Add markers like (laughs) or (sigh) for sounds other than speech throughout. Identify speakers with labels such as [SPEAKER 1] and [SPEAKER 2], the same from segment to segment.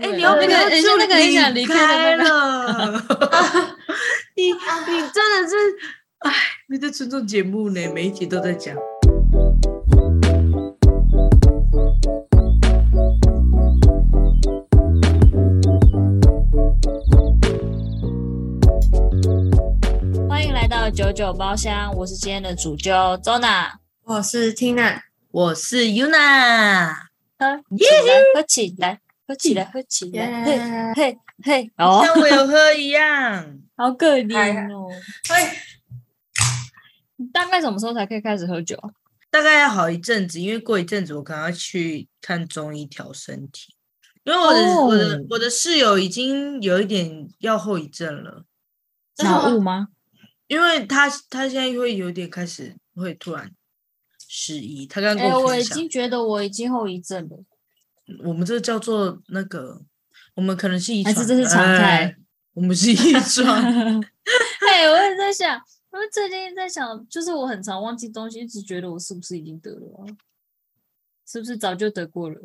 [SPEAKER 1] 哎、
[SPEAKER 2] 对
[SPEAKER 1] 你又
[SPEAKER 2] 呃
[SPEAKER 1] 没
[SPEAKER 2] 那个
[SPEAKER 1] 有
[SPEAKER 2] 人家
[SPEAKER 1] 就
[SPEAKER 2] 那个很想离开
[SPEAKER 1] 开
[SPEAKER 2] 的
[SPEAKER 1] (laughs) 了，你你真的是，哎，你在尊重节目呢，每一集都在讲。
[SPEAKER 2] 欢迎来到九九包厢，我是今天的主揪周娜，
[SPEAKER 3] 我是 Tina，
[SPEAKER 1] 我是 Yuna，
[SPEAKER 2] 喝起
[SPEAKER 1] 耶
[SPEAKER 2] 来，喝起来，喝起来，喝起来，嘿
[SPEAKER 3] 耶！
[SPEAKER 2] 嘿嘿，嗯哦，
[SPEAKER 1] 像我有喝一样。
[SPEAKER 2] 好可怜哦。
[SPEAKER 3] 哎
[SPEAKER 2] 你大概什么时候才可以开始喝酒啊？
[SPEAKER 1] 大概要好一阵子，因为过一阵子我可能要去看中医调身体，因为我的、我的
[SPEAKER 2] 哦
[SPEAKER 1] 我的室友已经有一点要后遗症了，
[SPEAKER 3] 真的吗
[SPEAKER 2] 脑雾吗？
[SPEAKER 1] 因为他他现在会有点开始会突然失忆，他刚刚
[SPEAKER 2] 哎，
[SPEAKER 1] 跟
[SPEAKER 2] 我
[SPEAKER 1] 分
[SPEAKER 2] 已
[SPEAKER 1] 享，
[SPEAKER 2] 经觉得我已经后遗症 (laughs) 了。
[SPEAKER 1] 我们这个叫做那个，我们可能是遗
[SPEAKER 2] 还
[SPEAKER 1] 传，
[SPEAKER 2] 是这是常态
[SPEAKER 1] 哎我们是遗
[SPEAKER 2] (laughs)
[SPEAKER 1] 传，
[SPEAKER 2] 哎，我也在想，我最近在想，就是我很常忘记东西，一直觉得我是不是已经得了啊？是不是早就得过了？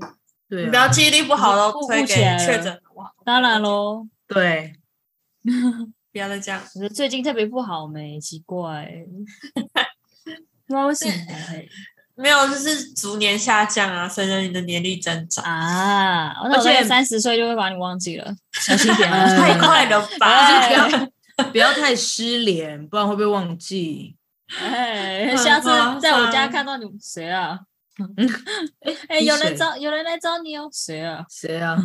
[SPEAKER 1] 对
[SPEAKER 3] 你
[SPEAKER 1] 啊、
[SPEAKER 3] 不要记忆力不好
[SPEAKER 2] 不
[SPEAKER 3] 都推
[SPEAKER 2] 不
[SPEAKER 3] 给
[SPEAKER 2] 起来了
[SPEAKER 3] 确诊，哇，
[SPEAKER 2] 当然喽，
[SPEAKER 1] 对，
[SPEAKER 3] 不要再这样。
[SPEAKER 2] 我觉得最近特别不好没，奇怪、不知道为什么欸、
[SPEAKER 3] 没有，就是逐年下降啊，随着你的年龄增长，
[SPEAKER 2] 啊！
[SPEAKER 1] 而
[SPEAKER 2] 而
[SPEAKER 1] 且
[SPEAKER 2] 且三十岁就会把你忘记了，
[SPEAKER 1] 小心点啊，
[SPEAKER 3] 太快了吧？
[SPEAKER 1] 不
[SPEAKER 2] 哎
[SPEAKER 1] 要不要太失联，不然会被忘记。
[SPEAKER 2] 哎， (laughs)
[SPEAKER 3] 很
[SPEAKER 2] 下次
[SPEAKER 3] 夸
[SPEAKER 2] 在我家
[SPEAKER 3] 张
[SPEAKER 2] 看到你谁
[SPEAKER 1] (laughs)
[SPEAKER 2] 啊？
[SPEAKER 1] 哎
[SPEAKER 2] 哎，有
[SPEAKER 1] 谁
[SPEAKER 2] 人找有人来找你哦，谁啊？
[SPEAKER 1] 谁啊？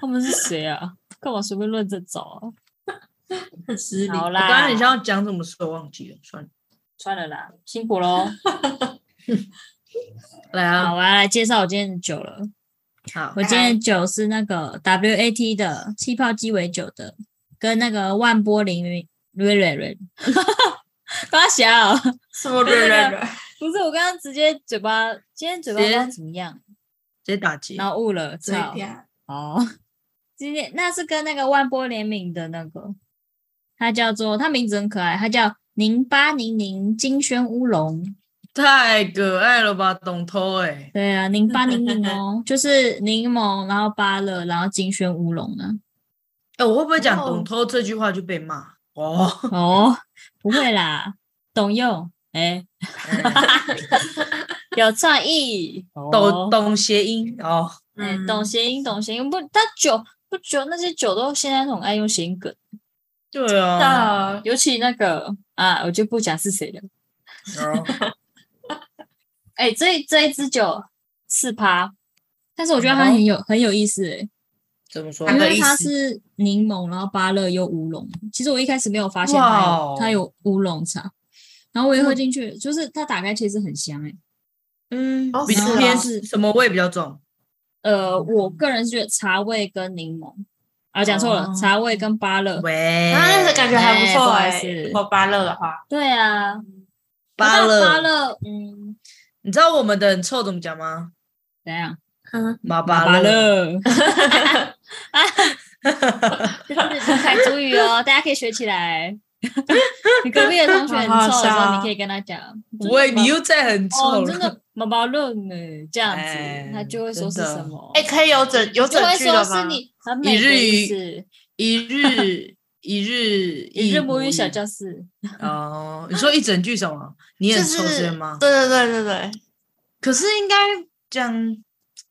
[SPEAKER 2] 他们是谁啊？干嘛随便乱着找啊？
[SPEAKER 3] 很失礼。
[SPEAKER 2] 好
[SPEAKER 1] 我刚
[SPEAKER 2] 啦
[SPEAKER 1] 刚你，想要讲什么事，我忘记了，算了。
[SPEAKER 2] 穿了啦，辛苦喽。
[SPEAKER 1] 来
[SPEAKER 2] 好，
[SPEAKER 1] 啊，
[SPEAKER 2] 我要来介绍我今天的酒了。
[SPEAKER 1] 好
[SPEAKER 2] 我，今天的酒是那个 WAT 的气泡鸡尾酒的，跟那个万波凌云瑞瑞瑞，发小。
[SPEAKER 3] 什么瑞瑞瑞？
[SPEAKER 2] 不是，我刚刚直接嘴巴，今天嘴巴不知道怎么样，
[SPEAKER 1] 直接打结。
[SPEAKER 2] 然后悟了，
[SPEAKER 3] 嘴
[SPEAKER 2] 操！
[SPEAKER 3] 嗲，
[SPEAKER 2] (laughs) 哦，今天那是跟那个万波联名的那个，它叫做，它名字很可爱，它叫零八零零金萱乌龙。
[SPEAKER 1] 太可爱了吧，懂偷哎、
[SPEAKER 2] 对啊，零八零零哦，就是柠檬，然后芭乐，然后金萱乌龙啊。
[SPEAKER 1] 哎、我会不会讲
[SPEAKER 3] 哦
[SPEAKER 1] 懂偷这句话就被骂？哦，
[SPEAKER 2] (laughs) 哦，不会啦，懂用，哎、有创意，
[SPEAKER 1] 懂
[SPEAKER 2] 懂
[SPEAKER 1] 哦懂谐音哦，
[SPEAKER 2] 哎，
[SPEAKER 3] 嗯，
[SPEAKER 2] 懂谐音，懂谐音，不，他酒不酒那些酒都现在很爱用谐音梗，
[SPEAKER 1] 对啊，
[SPEAKER 3] 的，
[SPEAKER 2] 尤其那个啊，我就不讲是谁了。
[SPEAKER 1] 哦
[SPEAKER 2] 哎，这这一支酒四趴，但是我觉得它很有很有意思哎，
[SPEAKER 1] 怎么说？
[SPEAKER 3] 哪
[SPEAKER 2] 因
[SPEAKER 3] 个
[SPEAKER 2] 为
[SPEAKER 3] 哦意
[SPEAKER 2] 它
[SPEAKER 3] 思
[SPEAKER 2] 是柠檬，然后芭乐又乌龙。其实我一开始没有发现它
[SPEAKER 1] 哇
[SPEAKER 2] 有
[SPEAKER 1] 哦
[SPEAKER 2] 它有乌龙茶，然后我一
[SPEAKER 3] 嗯
[SPEAKER 2] 喝进去，就是它打开其实很香哎。
[SPEAKER 1] 嗯
[SPEAKER 3] 哦，
[SPEAKER 1] 比
[SPEAKER 3] 是
[SPEAKER 1] 偏
[SPEAKER 2] 哦
[SPEAKER 1] 是什么味比较重？
[SPEAKER 2] 呃，我个人是觉得茶味跟柠檬，啊，讲错了，
[SPEAKER 1] 哦
[SPEAKER 2] 茶味跟芭乐。
[SPEAKER 1] 喂，
[SPEAKER 3] 啊，那个感觉还不错
[SPEAKER 2] 哎
[SPEAKER 3] 哎
[SPEAKER 2] 不好意思。
[SPEAKER 3] 如果芭乐的话，
[SPEAKER 2] 对啊，
[SPEAKER 1] 芭
[SPEAKER 2] 我知道
[SPEAKER 1] 乐
[SPEAKER 2] 芭乐，嗯，
[SPEAKER 1] 你知道我们的很臭怎么讲吗？
[SPEAKER 2] 怎样？
[SPEAKER 3] 嗯，
[SPEAKER 1] 马巴
[SPEAKER 2] 芭
[SPEAKER 1] 乐， (laughs)
[SPEAKER 2] 乐， (laughs) 这是凯主语哦，大家可以学起来。你隔壁的同学很
[SPEAKER 3] 好
[SPEAKER 2] 臭
[SPEAKER 3] 好
[SPEAKER 2] 的时
[SPEAKER 3] 笑
[SPEAKER 2] 候，
[SPEAKER 3] 哦
[SPEAKER 1] 啊
[SPEAKER 2] 你可以跟他讲，
[SPEAKER 1] 喂，你又在很臭
[SPEAKER 2] 哦，
[SPEAKER 1] 了，
[SPEAKER 2] 真的毛毛论呢，这样
[SPEAKER 1] 哎
[SPEAKER 2] 子，他就会说是
[SPEAKER 1] 真的
[SPEAKER 2] 什么？哦
[SPEAKER 3] 哎，可以有整有
[SPEAKER 2] 就
[SPEAKER 3] 整
[SPEAKER 2] 会
[SPEAKER 3] 句了
[SPEAKER 2] 说是
[SPEAKER 3] 吗？
[SPEAKER 2] 你很
[SPEAKER 1] 一
[SPEAKER 2] 美的
[SPEAKER 1] 日
[SPEAKER 2] 意
[SPEAKER 1] 语
[SPEAKER 2] 思，
[SPEAKER 1] 一日一日
[SPEAKER 2] 一日
[SPEAKER 1] 一
[SPEAKER 2] 母语小教
[SPEAKER 1] (laughs)
[SPEAKER 2] 室。
[SPEAKER 1] 哦，你说一整句什么？你
[SPEAKER 3] 就
[SPEAKER 1] 很臭
[SPEAKER 3] 是
[SPEAKER 1] 是吗？
[SPEAKER 3] 对对对对对，
[SPEAKER 1] 可是应该讲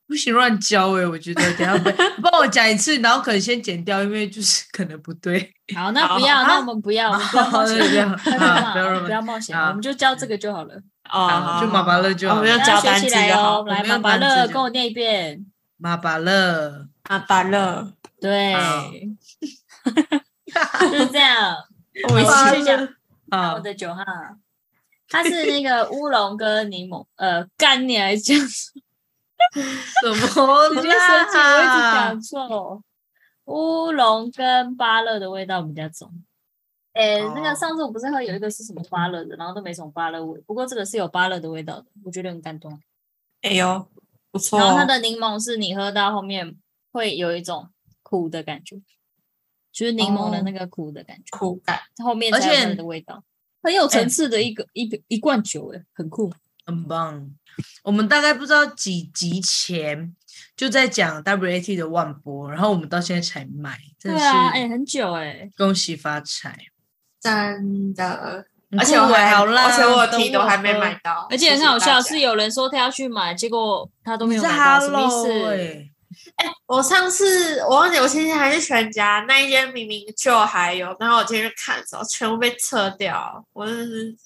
[SPEAKER 1] 不行乱教哎、我觉得等一下不帮我讲一次，然后可能先剪掉，因为就是可能不对。
[SPEAKER 2] 好，那不
[SPEAKER 3] 好
[SPEAKER 2] 要，
[SPEAKER 3] 啊
[SPEAKER 2] 那我们不要，我们不要冒
[SPEAKER 1] (laughs) 好
[SPEAKER 2] 险
[SPEAKER 1] 那就这
[SPEAKER 2] (laughs)
[SPEAKER 1] 样
[SPEAKER 2] 不要
[SPEAKER 1] 啊不要
[SPEAKER 2] 冒
[SPEAKER 1] 乱
[SPEAKER 2] 不要冒险，
[SPEAKER 1] 啊
[SPEAKER 2] 我们就教这个就好了。
[SPEAKER 1] 好
[SPEAKER 3] 哦，
[SPEAKER 1] 就麻烦了就好
[SPEAKER 3] 我们就
[SPEAKER 2] 大
[SPEAKER 3] 教
[SPEAKER 2] 家
[SPEAKER 3] 单
[SPEAKER 2] 学
[SPEAKER 3] 词
[SPEAKER 2] 起来
[SPEAKER 3] 就
[SPEAKER 2] 哦
[SPEAKER 3] 好。，
[SPEAKER 2] 来，
[SPEAKER 1] 没有
[SPEAKER 2] 马巴
[SPEAKER 1] 单字
[SPEAKER 2] 乐
[SPEAKER 1] 就
[SPEAKER 2] 跟我念一遍。
[SPEAKER 1] 马巴乐，
[SPEAKER 3] 啊，芭乐，
[SPEAKER 2] 对，
[SPEAKER 1] 好
[SPEAKER 2] (laughs) 就是这样。
[SPEAKER 3] 我
[SPEAKER 2] 我
[SPEAKER 3] 一
[SPEAKER 2] 一
[SPEAKER 3] 起
[SPEAKER 2] 起讲我
[SPEAKER 1] 啊，
[SPEAKER 2] 的酒哈，它是那个乌龙跟柠檬，呃，干你来讲，直
[SPEAKER 1] 什么
[SPEAKER 2] 接生气，我一直
[SPEAKER 1] 啦？
[SPEAKER 2] 讲错。乌龙跟芭乐的味道比较重。诶，那
[SPEAKER 1] 哦
[SPEAKER 2] 个上次我不是喝有一个是什么芭乐的，然后都没什么芭乐味，不过这个是有芭乐的味道的，我觉得很感动。
[SPEAKER 3] 哎呦，不错
[SPEAKER 2] 然后它
[SPEAKER 3] 哦。
[SPEAKER 2] 的柠檬是你喝到后面会有一种苦的感觉，就是柠檬的
[SPEAKER 3] 哦
[SPEAKER 2] 那个苦的感觉，
[SPEAKER 3] 苦感，
[SPEAKER 2] 后面
[SPEAKER 1] 而
[SPEAKER 2] 才有
[SPEAKER 1] 且
[SPEAKER 2] 它的味道，很有
[SPEAKER 1] 哎
[SPEAKER 2] 层次的一个、一个一罐酒，哎，很酷。
[SPEAKER 1] 很棒。我们大概不知道几集前就在讲 WAT 的万波，然后我们到现在才买，真
[SPEAKER 2] 对
[SPEAKER 1] 的
[SPEAKER 2] 啊，哎、
[SPEAKER 1] 是
[SPEAKER 2] 很久哎、
[SPEAKER 1] 恭喜发财！
[SPEAKER 3] 真的，
[SPEAKER 1] 很
[SPEAKER 3] 而且
[SPEAKER 1] 酷
[SPEAKER 3] 我还
[SPEAKER 1] 欸好啦，
[SPEAKER 3] 而且我的 T
[SPEAKER 1] 等
[SPEAKER 3] 都
[SPEAKER 1] 我
[SPEAKER 3] 还没
[SPEAKER 1] 喝
[SPEAKER 3] 买，到，
[SPEAKER 2] 哦嗯而且很好笑，
[SPEAKER 3] 谢
[SPEAKER 2] 是
[SPEAKER 3] 谢大家
[SPEAKER 2] 有人说他要去买，结果他都没
[SPEAKER 1] 你
[SPEAKER 2] 有
[SPEAKER 1] 是
[SPEAKER 2] 买到，什么意
[SPEAKER 1] Hello
[SPEAKER 2] 思？
[SPEAKER 1] 欸
[SPEAKER 3] 我上次我忘记我前天还是全家那一间明明就还有，然后我今天去看的时候全部被撤掉，我真的是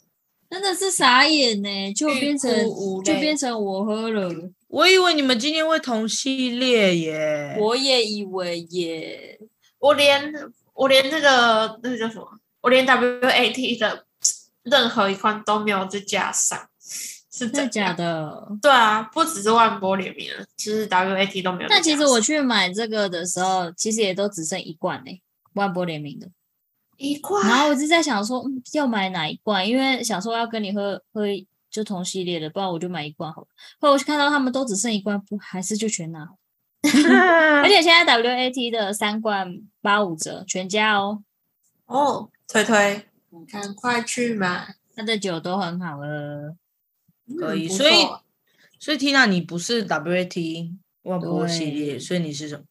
[SPEAKER 2] 真的是傻眼呢、欸就变成
[SPEAKER 3] 欲哭无
[SPEAKER 2] 就
[SPEAKER 3] 泪
[SPEAKER 2] 变成我喝了，
[SPEAKER 1] 我以为你们今天会同系列耶，
[SPEAKER 3] (laughs)
[SPEAKER 2] 我也以为耶，
[SPEAKER 3] 我连我连那个那个叫什么，我连 WAT 的任何一款都没有再加上，是
[SPEAKER 2] 真的
[SPEAKER 3] 怎样
[SPEAKER 2] 假的？
[SPEAKER 3] 对啊，不只是万波联名了，就是 WAT 都没有再加上。
[SPEAKER 2] 但其实我去买这个的时候，其实也都只剩一罐呢、万波联名的。
[SPEAKER 3] 一块，
[SPEAKER 2] 然后我就在想说，嗯，要买哪一罐？因为想说要跟你喝喝一就同系列的，不然我就买一罐好了。后来我就看到他们都只剩一罐，不还是就全拿。而且现在 WAT 的三罐八五折，全家哦。
[SPEAKER 3] 哦，推推，赶快去买，
[SPEAKER 2] 它的酒都很好喝，
[SPEAKER 3] 嗯
[SPEAKER 1] 可以
[SPEAKER 3] 不
[SPEAKER 1] 所以
[SPEAKER 3] 错
[SPEAKER 1] 所以 Tina 你不是 WAT 万波系列，
[SPEAKER 2] 对
[SPEAKER 1] 所以你是什么？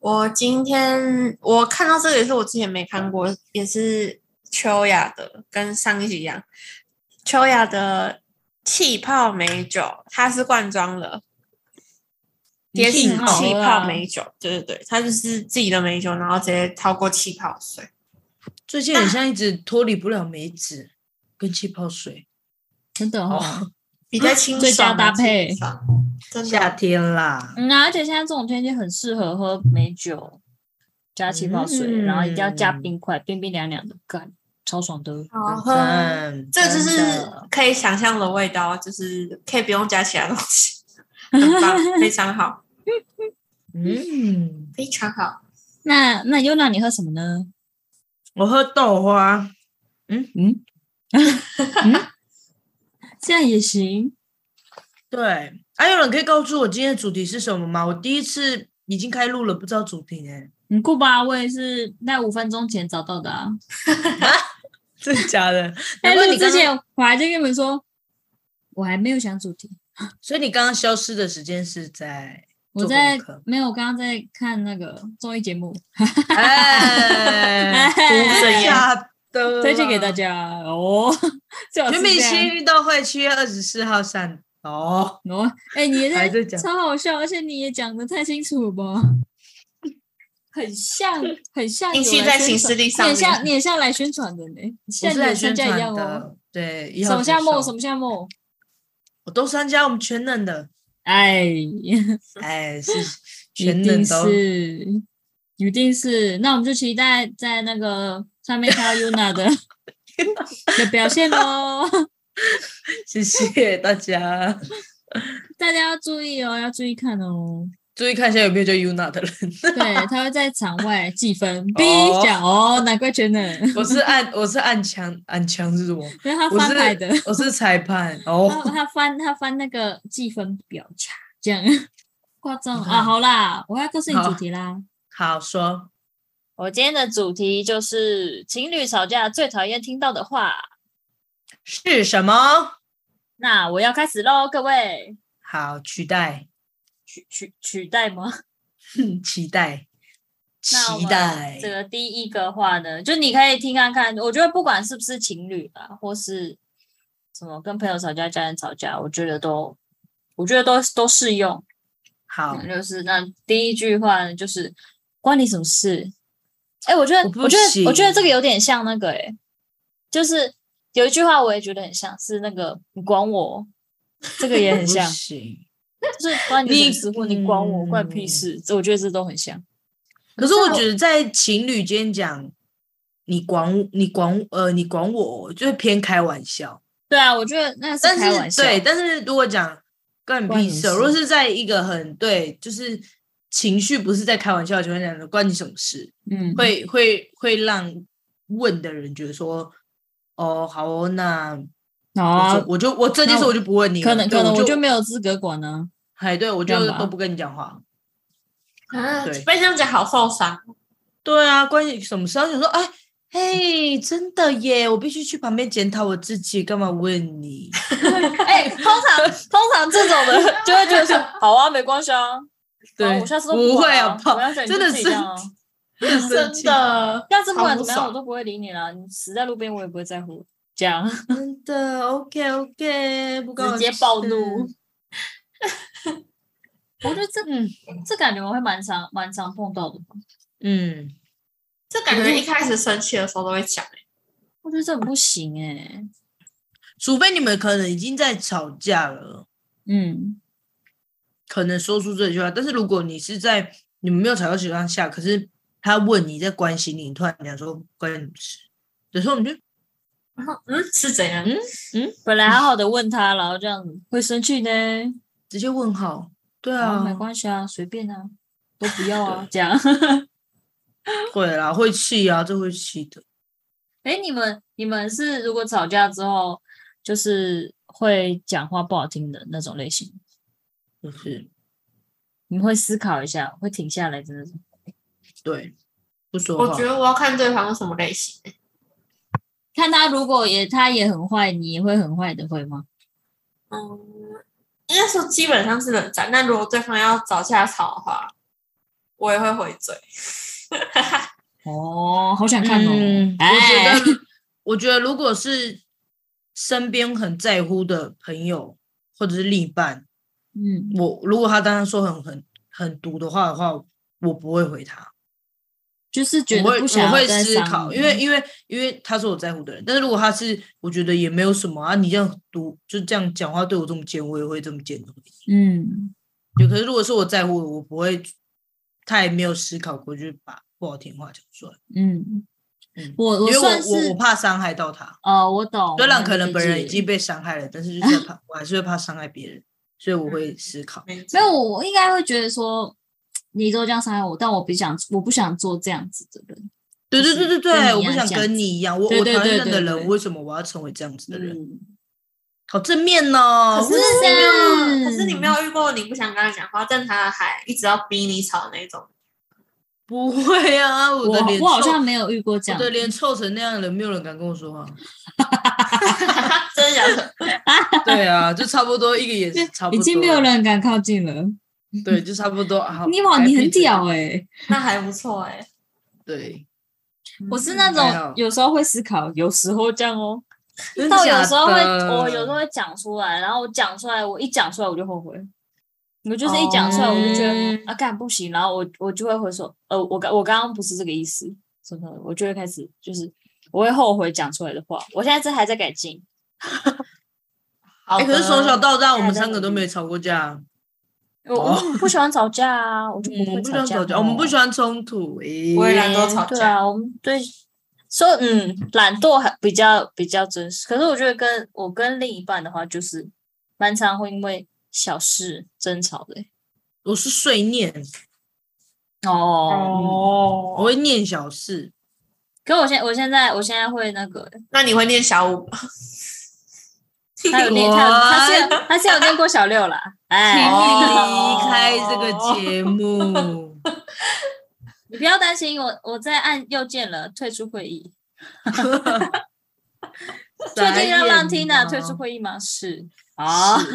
[SPEAKER 3] 我今天我看到这个也是我之前没看过，也是秋雅的，跟上一集一样，秋雅的气泡美酒，它是罐装的，蝶
[SPEAKER 2] 气
[SPEAKER 3] 形
[SPEAKER 2] 泡
[SPEAKER 3] 气
[SPEAKER 2] 喝
[SPEAKER 3] 泡
[SPEAKER 2] 啊
[SPEAKER 3] 美酒，对对对，它就是自己的美酒，然后直接超过气泡水。
[SPEAKER 1] 最近很像一直脱离不了梅子跟气泡水，
[SPEAKER 2] 真的哦。
[SPEAKER 3] 比较清爽啊，
[SPEAKER 2] 最佳搭配
[SPEAKER 3] 清爽，真
[SPEAKER 1] 夏
[SPEAKER 3] 的。啊
[SPEAKER 1] 天啦，
[SPEAKER 2] 嗯啊，而且现在这种天气很适合喝美酒，加气泡水，然后一定要加
[SPEAKER 1] 嗯
[SPEAKER 2] 冰块，冰冰凉凉的，干超爽的。
[SPEAKER 3] 好喝，
[SPEAKER 1] 嗯，
[SPEAKER 3] 这就
[SPEAKER 2] 真
[SPEAKER 3] 是
[SPEAKER 2] 的
[SPEAKER 3] 可以想象的味道，就是可以不用加其他东西，很棒，非
[SPEAKER 2] (laughs)
[SPEAKER 3] 常好，
[SPEAKER 1] 嗯，
[SPEAKER 3] 非常好。
[SPEAKER 2] 那那优娜你喝什么呢？
[SPEAKER 1] 我喝豆花，
[SPEAKER 2] 嗯， (laughs) 嗯， (laughs) 这样也行。
[SPEAKER 1] 对。还、有人可以告诉我今天的主题是什么吗？我第一次已经开录了，不知道主题呢、 (laughs)
[SPEAKER 2] 很酷吧？我也是在五分钟前找到的啊。
[SPEAKER 1] 真的假的？
[SPEAKER 2] 在
[SPEAKER 1] 难怪
[SPEAKER 2] 录
[SPEAKER 1] 你刚
[SPEAKER 2] 之
[SPEAKER 1] 刚，
[SPEAKER 2] 前，我还在跟你们说，我还没有想主题，
[SPEAKER 1] 所以你刚刚消失的时间是
[SPEAKER 2] (laughs)
[SPEAKER 1] 在
[SPEAKER 2] 我
[SPEAKER 1] 做
[SPEAKER 2] 在
[SPEAKER 1] 功课
[SPEAKER 2] 没有，我刚刚在看那个综艺节目，
[SPEAKER 1] 哎，真的假的，
[SPEAKER 2] 推荐给大。家哦。 (laughs) 最好是
[SPEAKER 1] 全明
[SPEAKER 2] 这样
[SPEAKER 1] 星运动会七月二十四号上哦，
[SPEAKER 2] 哦，哎、你也
[SPEAKER 1] 还在
[SPEAKER 2] 在
[SPEAKER 1] 讲
[SPEAKER 2] 超好笑，而且你也讲的太清楚了吧？很像，很像有
[SPEAKER 3] 印
[SPEAKER 2] 来
[SPEAKER 3] 记
[SPEAKER 2] 宣传，
[SPEAKER 3] 在行事历上
[SPEAKER 2] 你也
[SPEAKER 3] 面，
[SPEAKER 2] 像，你也像来宣传的呢，
[SPEAKER 1] 我
[SPEAKER 2] 像
[SPEAKER 1] 是
[SPEAKER 2] 你
[SPEAKER 1] 来
[SPEAKER 2] 的参
[SPEAKER 1] 宣
[SPEAKER 2] 加一样
[SPEAKER 1] 传
[SPEAKER 2] 哦。
[SPEAKER 1] 的，对，一
[SPEAKER 2] 什
[SPEAKER 1] 号
[SPEAKER 2] 么项
[SPEAKER 1] 选
[SPEAKER 2] 目？
[SPEAKER 1] 手
[SPEAKER 2] 什么项目？
[SPEAKER 1] 我都参加，我们全能的，
[SPEAKER 2] 哎，
[SPEAKER 1] 哎，是
[SPEAKER 2] (laughs) 一
[SPEAKER 1] 全能
[SPEAKER 2] 定
[SPEAKER 1] 的哦，
[SPEAKER 2] 是，一定是。那我们就期待在那个上面看到 Yuna (laughs) 的的表现喽。
[SPEAKER 1] 谢谢大家。
[SPEAKER 2] (laughs) 大家要注意哦，要注意看哦。
[SPEAKER 1] 注意看一下有没有叫 Yuna 的人，
[SPEAKER 2] 对，他会在场外计分 B
[SPEAKER 1] 哦
[SPEAKER 2] 奖哦，难怪全能， (laughs)
[SPEAKER 1] 我是按 (laughs) 我是按枪按枪是什么？
[SPEAKER 2] 因为他
[SPEAKER 1] 我
[SPEAKER 2] 翻牌
[SPEAKER 1] 是
[SPEAKER 2] 的，嗯
[SPEAKER 1] 我是裁判
[SPEAKER 2] 他
[SPEAKER 1] 哦，
[SPEAKER 2] 他翻他翻那个计分表，嚓这样 (laughs) 夸张
[SPEAKER 1] 嗯
[SPEAKER 2] 啊！好啦，我要告诉你
[SPEAKER 1] 好
[SPEAKER 2] 主题啦。
[SPEAKER 1] 好说，
[SPEAKER 2] 我今天的主题就是情侣吵架最讨厌听到的话。
[SPEAKER 1] 是什么？
[SPEAKER 2] 那我要开始喽，各位，
[SPEAKER 1] 好，取代，
[SPEAKER 2] 取取取代吗？ (laughs)
[SPEAKER 1] 哼期
[SPEAKER 2] 嗯
[SPEAKER 1] 待，
[SPEAKER 2] 那我
[SPEAKER 1] 期
[SPEAKER 2] 们
[SPEAKER 1] 待
[SPEAKER 2] 这，个第一个话呢，就你可以听看看，我觉得不管是不是情侣啊，或是什么跟朋友吵架、家人吵架，我觉得都，我觉得都都适用。
[SPEAKER 1] 好，
[SPEAKER 2] 那就是那第一句话呢，就是关你什么事？哎、我觉得
[SPEAKER 1] 我，不
[SPEAKER 2] 我觉得，我觉得
[SPEAKER 1] 行
[SPEAKER 2] 这个有点像那个、哎，就是有一句话我也觉得很像，是那个你管我，这个也很
[SPEAKER 1] 不 (laughs)
[SPEAKER 2] 像，
[SPEAKER 1] 行。
[SPEAKER 2] 就是关你什么事
[SPEAKER 1] 你
[SPEAKER 2] 或你管我，关你屁
[SPEAKER 1] 嗯
[SPEAKER 2] 事，这我觉得这都很像。
[SPEAKER 1] 可是我
[SPEAKER 2] 那
[SPEAKER 1] 觉得在情侣间讲，你管我你管呃你管我，就是偏开玩笑。
[SPEAKER 2] 对啊，我觉得那是
[SPEAKER 1] 但
[SPEAKER 2] 开玩
[SPEAKER 1] 是
[SPEAKER 2] 笑。
[SPEAKER 1] 对，但是如果讲关你
[SPEAKER 2] 关
[SPEAKER 1] 屁
[SPEAKER 2] 你
[SPEAKER 1] 事哦，
[SPEAKER 2] 事
[SPEAKER 1] 如果是在一个很对，就是情绪不是在开玩笑的情况下，关你什么事？
[SPEAKER 2] 嗯，
[SPEAKER 1] 会会会让问的人觉得说，哦，好哦，那
[SPEAKER 2] 好
[SPEAKER 1] 我
[SPEAKER 2] 啊
[SPEAKER 1] 就，我就我这件事
[SPEAKER 2] 那
[SPEAKER 1] 我就不问你了，
[SPEAKER 2] 可能
[SPEAKER 1] 对
[SPEAKER 2] 可能
[SPEAKER 1] 我
[SPEAKER 2] 我就
[SPEAKER 1] 就
[SPEAKER 2] 没有资格管 (laughs) 呢、
[SPEAKER 1] 哎，对我
[SPEAKER 2] 这样
[SPEAKER 1] 就
[SPEAKER 2] 吧
[SPEAKER 1] 都不跟你讲话。
[SPEAKER 3] 啊
[SPEAKER 1] 对，
[SPEAKER 3] 被这样讲好受伤。
[SPEAKER 1] 对啊，关于什么事？我想说，哎，嘿，真的耶，我必须去旁边检讨我自己，干嘛问你？
[SPEAKER 2] (laughs) 哎、通常通常这种的就会觉得说，好啊，没关系啊，
[SPEAKER 1] 对，
[SPEAKER 2] 我下次都
[SPEAKER 1] 不
[SPEAKER 2] 玩
[SPEAKER 1] 会
[SPEAKER 2] 啊
[SPEAKER 1] 啊，
[SPEAKER 2] 我
[SPEAKER 1] 泡
[SPEAKER 2] 要是你就
[SPEAKER 1] 真的
[SPEAKER 2] 自己
[SPEAKER 1] 是
[SPEAKER 2] 这样 (laughs) 啊
[SPEAKER 1] 真
[SPEAKER 3] 真的
[SPEAKER 2] 下次不
[SPEAKER 3] 好
[SPEAKER 2] 管
[SPEAKER 3] 不
[SPEAKER 2] 怎么样，我
[SPEAKER 3] 爽
[SPEAKER 2] 都不会理你了。你死在路边，我也不会在乎。这样
[SPEAKER 1] 真的 OK OK，不关我
[SPEAKER 3] 直接暴
[SPEAKER 1] 事
[SPEAKER 3] 怒。
[SPEAKER 2] (laughs) 我觉得这
[SPEAKER 1] 嗯
[SPEAKER 2] 这感觉我会蛮常蛮常碰到的。
[SPEAKER 1] 嗯，
[SPEAKER 3] 这感觉一开始生气的时候都会讲、欸，
[SPEAKER 2] 我觉得这很不行哎、
[SPEAKER 1] 除非你们可能已经在吵架了，
[SPEAKER 2] 嗯，
[SPEAKER 1] 可能说出这句话。但是如果你是在你们没有吵到情况下，可是他问你在关心你，你突然讲说关你什么事，有时候我们就
[SPEAKER 3] 然后嗯是怎样？
[SPEAKER 1] 嗯
[SPEAKER 2] 本来好好的问他，然后这样子会生气呢。
[SPEAKER 1] 直接问号。对
[SPEAKER 2] 然
[SPEAKER 1] 啊
[SPEAKER 2] 后，没关系啊，随便啊，都不要啊， (laughs) 这样。
[SPEAKER 1] 会啦，会气啊，这会气的。
[SPEAKER 2] 哎、你们你们是如果吵架之后，就是会讲话不好听的那种类型，
[SPEAKER 1] 就是
[SPEAKER 2] 你们会思考一下，会停下来的那种。
[SPEAKER 1] 对，不说
[SPEAKER 3] 我
[SPEAKER 1] 话
[SPEAKER 3] 觉。得我要看对方是什么类型、
[SPEAKER 2] 嗯
[SPEAKER 3] 欸，
[SPEAKER 2] 看他如果也他也很坏，你也会很坏的，会吗？
[SPEAKER 3] 嗯，应该说基本上是冷战，但如果对方要找架吵的话，我也会回嘴。
[SPEAKER 2] 哦，好想看哦。
[SPEAKER 1] 嗯，我
[SPEAKER 2] 哎
[SPEAKER 1] (laughs) 觉得，我觉得如果是身边很在乎的朋友或者是另一半，
[SPEAKER 2] 嗯，
[SPEAKER 1] 我如果他当时说很很很毒的话的话，我不会回他，
[SPEAKER 2] 就是觉得
[SPEAKER 1] 我会
[SPEAKER 2] 不想
[SPEAKER 1] 我
[SPEAKER 2] 要
[SPEAKER 1] 会
[SPEAKER 2] 再
[SPEAKER 1] 思
[SPEAKER 2] 伤
[SPEAKER 1] 考，
[SPEAKER 2] 你
[SPEAKER 1] 因为因为因为他是我在乎的人，但是如果他是我觉得也没有什么啊，你这样毒就这样讲话对我这么尖，我也会这么尖的回应。
[SPEAKER 2] 嗯，
[SPEAKER 1] 对，可是如果是我在乎的，我不会太没有思考过，就是把不好听的话讲出来，
[SPEAKER 2] 嗯
[SPEAKER 1] 嗯，
[SPEAKER 2] 我
[SPEAKER 1] 因
[SPEAKER 2] 我
[SPEAKER 1] 为
[SPEAKER 2] 算
[SPEAKER 1] 我
[SPEAKER 2] 是
[SPEAKER 1] 我我怕伤害到他。
[SPEAKER 2] 呃，我懂。
[SPEAKER 1] 虽然
[SPEAKER 2] 我
[SPEAKER 1] 可
[SPEAKER 2] 理
[SPEAKER 1] 能本人已
[SPEAKER 2] 解
[SPEAKER 1] 经被伤害了，但是就是
[SPEAKER 2] (laughs)
[SPEAKER 1] 怕，我还是会怕伤害别人，所以我会思考。
[SPEAKER 3] 没
[SPEAKER 2] 没有，我应该会觉得说，你都这样伤害我，但我不想，我不想做这样子的人。
[SPEAKER 1] 对对
[SPEAKER 2] 是
[SPEAKER 1] 对对
[SPEAKER 2] 跟你
[SPEAKER 1] 对，
[SPEAKER 2] 一
[SPEAKER 1] 我不
[SPEAKER 2] 样
[SPEAKER 1] 想
[SPEAKER 2] 这样
[SPEAKER 1] 跟
[SPEAKER 2] 子
[SPEAKER 1] 你一样，我
[SPEAKER 2] 对
[SPEAKER 1] 我
[SPEAKER 2] 对
[SPEAKER 1] 讨
[SPEAKER 2] 对
[SPEAKER 1] 厌这样的
[SPEAKER 2] 对
[SPEAKER 1] 人，
[SPEAKER 2] 对
[SPEAKER 1] 为什么我要成为这样子的人？
[SPEAKER 2] 嗯，
[SPEAKER 1] 好正面哦！
[SPEAKER 3] 可是
[SPEAKER 1] 哇
[SPEAKER 3] 你没有，可是你
[SPEAKER 2] 嗯
[SPEAKER 3] 没有遇过你不想跟他讲话，但他还一直要逼你吵那种。
[SPEAKER 1] 不会啊，我
[SPEAKER 2] 我
[SPEAKER 1] 的脸
[SPEAKER 2] 我好
[SPEAKER 1] 臭
[SPEAKER 2] 像没有遇过这
[SPEAKER 1] 我
[SPEAKER 2] 样嗯
[SPEAKER 1] 的脸臭成那样的人，没有人敢跟我说话。
[SPEAKER 3] (laughs) 真的假的？
[SPEAKER 1] 对啊，就差不多一个眼神，差不
[SPEAKER 2] 已
[SPEAKER 1] 多
[SPEAKER 2] 经没有
[SPEAKER 1] 了
[SPEAKER 2] 人敢靠近了。
[SPEAKER 1] 对，就差不多啊。
[SPEAKER 2] 你哇，
[SPEAKER 1] 该
[SPEAKER 2] 你很
[SPEAKER 1] 闭嘴哦嗯
[SPEAKER 2] 屌哎、
[SPEAKER 3] 那还不错哎、
[SPEAKER 1] 对，
[SPEAKER 2] 我是那
[SPEAKER 1] 还好
[SPEAKER 2] 种有时候会思考，有时候这样哦，
[SPEAKER 1] 真
[SPEAKER 2] 到有
[SPEAKER 1] 假
[SPEAKER 2] 时候会，
[SPEAKER 1] 的
[SPEAKER 2] 我有时候会讲出来，然后我讲出来，我一讲出来我就后悔。我就是一讲出来，我就觉得、
[SPEAKER 1] 哦
[SPEAKER 2] 啊，干不行，然后我我就会回说，呃，我刚我刚刚不是这个意思，什么的，我就会开始就是我会后悔讲出来的话，我现在这还在改进，
[SPEAKER 3] 好的
[SPEAKER 1] 哎，
[SPEAKER 3] 嗯
[SPEAKER 1] 可是从小到大，我们
[SPEAKER 2] 大家
[SPEAKER 1] 三个
[SPEAKER 2] 努
[SPEAKER 1] 都
[SPEAKER 2] 力
[SPEAKER 1] 没吵过架。
[SPEAKER 2] 我我不喜欢吵架啊，我就
[SPEAKER 1] 嗯，我
[SPEAKER 2] 会
[SPEAKER 1] 们不喜欢吵
[SPEAKER 2] 吵哦
[SPEAKER 1] 架，我们不喜
[SPEAKER 2] 欢
[SPEAKER 1] 欢冲突。诶
[SPEAKER 3] 我也懒惰吵
[SPEAKER 2] 对
[SPEAKER 3] 架
[SPEAKER 2] 啊，我们对说嗯，懒惰还比较比较真实，可是我觉得跟我跟另一半的话，就是蛮常会因为小事争吵的欸、
[SPEAKER 1] 我是碎念，
[SPEAKER 2] 哦，嗯
[SPEAKER 3] 哦
[SPEAKER 1] 我会念小事。
[SPEAKER 2] 可我现我现在我现在会那个欸、
[SPEAKER 3] 那你会念小五吗？
[SPEAKER 2] 他
[SPEAKER 3] (laughs)
[SPEAKER 2] 有练，他有他是有他是有练过小六啦，
[SPEAKER 1] (laughs) 请
[SPEAKER 2] 哎，
[SPEAKER 1] 你离开这个节
[SPEAKER 2] (laughs)
[SPEAKER 1] 目。
[SPEAKER 2] 你不要担心，我我在按右键了，退出会议。最近要让 Tina 退出会议吗？是啊，
[SPEAKER 3] 可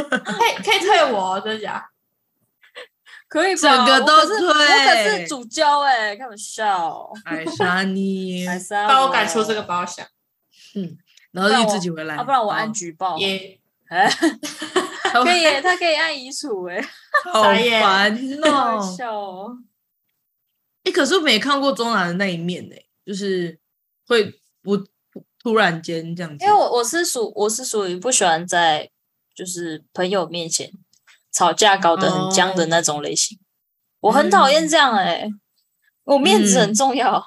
[SPEAKER 3] 以可以退我哦，真的假
[SPEAKER 2] 可以吧
[SPEAKER 1] 整个都
[SPEAKER 2] 我可是我可
[SPEAKER 1] 退
[SPEAKER 2] 是主教哎、开玩笑，
[SPEAKER 1] 爱
[SPEAKER 2] (laughs)
[SPEAKER 1] 上你，
[SPEAKER 2] 还是要
[SPEAKER 3] 把我赶出这个包厢
[SPEAKER 1] 然后又自己回来，
[SPEAKER 2] 啊，不然我按
[SPEAKER 1] 好
[SPEAKER 2] 举报。
[SPEAKER 3] 耶！
[SPEAKER 2] 哎，(laughs)
[SPEAKER 1] 好
[SPEAKER 2] 可以耶，他可以按移除
[SPEAKER 1] (laughs)
[SPEAKER 2] 哎，
[SPEAKER 1] 好
[SPEAKER 3] 傻眼
[SPEAKER 1] 烦
[SPEAKER 2] (laughs) 开玩
[SPEAKER 1] 哦。
[SPEAKER 2] 笑哦。
[SPEAKER 1] 哎，可是我没看过中南的那一面呢，就是会不突然间这样子
[SPEAKER 2] 因为。我我是属我是属于不喜欢在就是朋友面前吵架搞得很僵的那种类型，我很讨厌这样哎、
[SPEAKER 1] 嗯
[SPEAKER 2] 我面子很重要。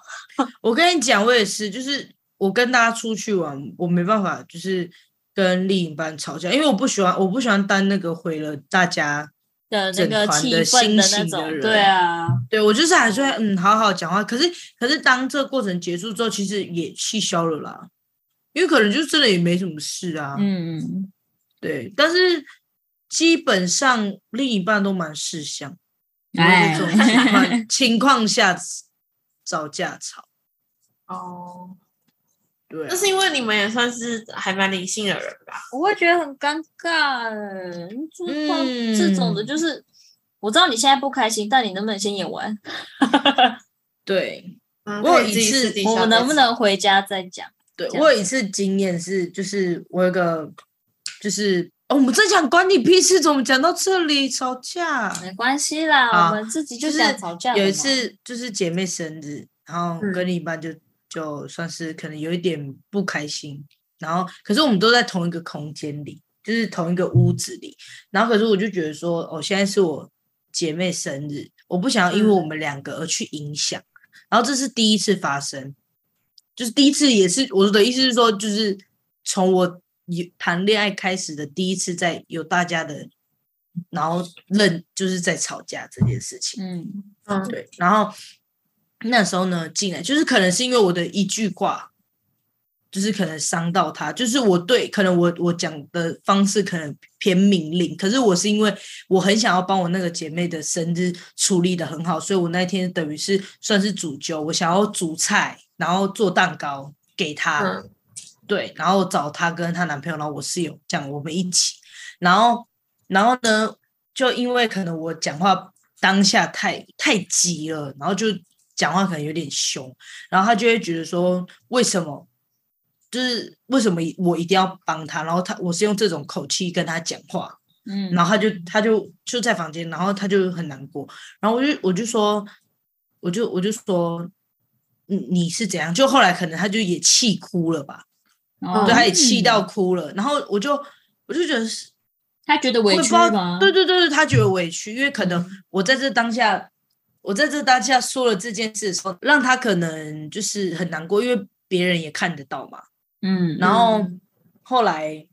[SPEAKER 1] 我跟你讲，我也是，就是我跟大家出去玩，我没办法，就是跟另一半吵架，因为我不喜欢，我不喜欢当那个毁了大家
[SPEAKER 2] 的嗯那
[SPEAKER 1] 整
[SPEAKER 2] 个
[SPEAKER 1] 团
[SPEAKER 2] 气
[SPEAKER 1] 的
[SPEAKER 2] 氛的
[SPEAKER 1] 心
[SPEAKER 2] 那
[SPEAKER 1] 情的
[SPEAKER 2] 种，
[SPEAKER 1] 人
[SPEAKER 2] 对啊，
[SPEAKER 1] 对我就是还是会嗯好好讲话，可是可是当这个过程结束之后，其实也气消了啦，因为可能就真的也没什么事啊，
[SPEAKER 2] 嗯，
[SPEAKER 1] 对，但是基本上另一半都蛮识相，不会在
[SPEAKER 2] 哎
[SPEAKER 1] 这，种情况
[SPEAKER 2] (laughs)
[SPEAKER 1] 情况下找架吵，
[SPEAKER 3] 哦，
[SPEAKER 1] 对啊、
[SPEAKER 3] 那是因为你们也算是还蛮理性的人吧？
[SPEAKER 2] 欸我会觉得很尴尬，哎就是碰这种的，
[SPEAKER 1] 嗯
[SPEAKER 2] 就是我知道你现在不开心，但你能不能先演完？
[SPEAKER 1] 对
[SPEAKER 3] 嗯
[SPEAKER 1] 我有
[SPEAKER 3] 可以自己
[SPEAKER 1] 一次
[SPEAKER 3] 私底下
[SPEAKER 2] 我们
[SPEAKER 3] 再
[SPEAKER 2] 能不
[SPEAKER 3] 吃
[SPEAKER 2] 能回家再讲？
[SPEAKER 1] 对，
[SPEAKER 2] 这样
[SPEAKER 1] 我有一次经验是，就是我有个，就是哦，我们在讲管你屁事，怎么讲到这里吵
[SPEAKER 2] (laughs)
[SPEAKER 1] 架？
[SPEAKER 2] 没关系啦，
[SPEAKER 1] 好
[SPEAKER 2] 我们自己
[SPEAKER 1] 就
[SPEAKER 2] 就是想吵架了
[SPEAKER 1] 有一
[SPEAKER 2] 嘛
[SPEAKER 1] 次就是姐妹生日，然后
[SPEAKER 3] 嗯
[SPEAKER 1] 跟另一半就、就算是可能有一点不开心，然后可是我们都在同一个空间里，就是同一个屋子里，然后可是我就觉得说，哦，现在是我姐妹生日，我不想要因为我们两个而去影响，然后这是第一次发生，就是第一次也是我的意思是说，就是从我有谈恋爱开始的第一次，在有大家的。然后认就是在吵架这件事情，
[SPEAKER 2] 嗯，
[SPEAKER 3] 嗯
[SPEAKER 1] 对，然后那时候呢，进来就是可能是因为我的一句话，就是可能伤到他，就是我对可能我我讲的方式可能偏命令，可是我是因为我很想要帮我那个姐妹的生日处理的很好，所以我那天等于是算是主揪，我想要煮菜，然后做蛋糕给她，
[SPEAKER 3] 嗯
[SPEAKER 1] 对，然后找她跟她男朋友，然后我室友这样我们一起，然后然后呢，就因为可能我讲话当下太太急了，然后就讲话可能有点凶，然后他就会觉得说为什么。就是为什么我一定要帮他，然后他我是用这种口气跟他讲话，
[SPEAKER 2] 嗯，
[SPEAKER 1] 然后他就他就就在房间，然后他就很难过，然后我就我就说，我就我就说，你你是怎样？就后来可能他就也气哭了吧，
[SPEAKER 2] 哦
[SPEAKER 1] 对，他也气到
[SPEAKER 2] 嗯
[SPEAKER 1] 哭了，然后我就我就觉得是
[SPEAKER 2] 他觉得
[SPEAKER 1] 我
[SPEAKER 2] 委
[SPEAKER 1] 也不
[SPEAKER 2] 屈
[SPEAKER 1] 知道
[SPEAKER 2] 吗？
[SPEAKER 1] 对对对对，他觉得委屈，因为可能
[SPEAKER 2] 嗯
[SPEAKER 1] 我在这当下，我在这当下说了这件事的时候，让他可能就是很难过，因为别人也看得到嘛，
[SPEAKER 2] 嗯，
[SPEAKER 1] 然后后来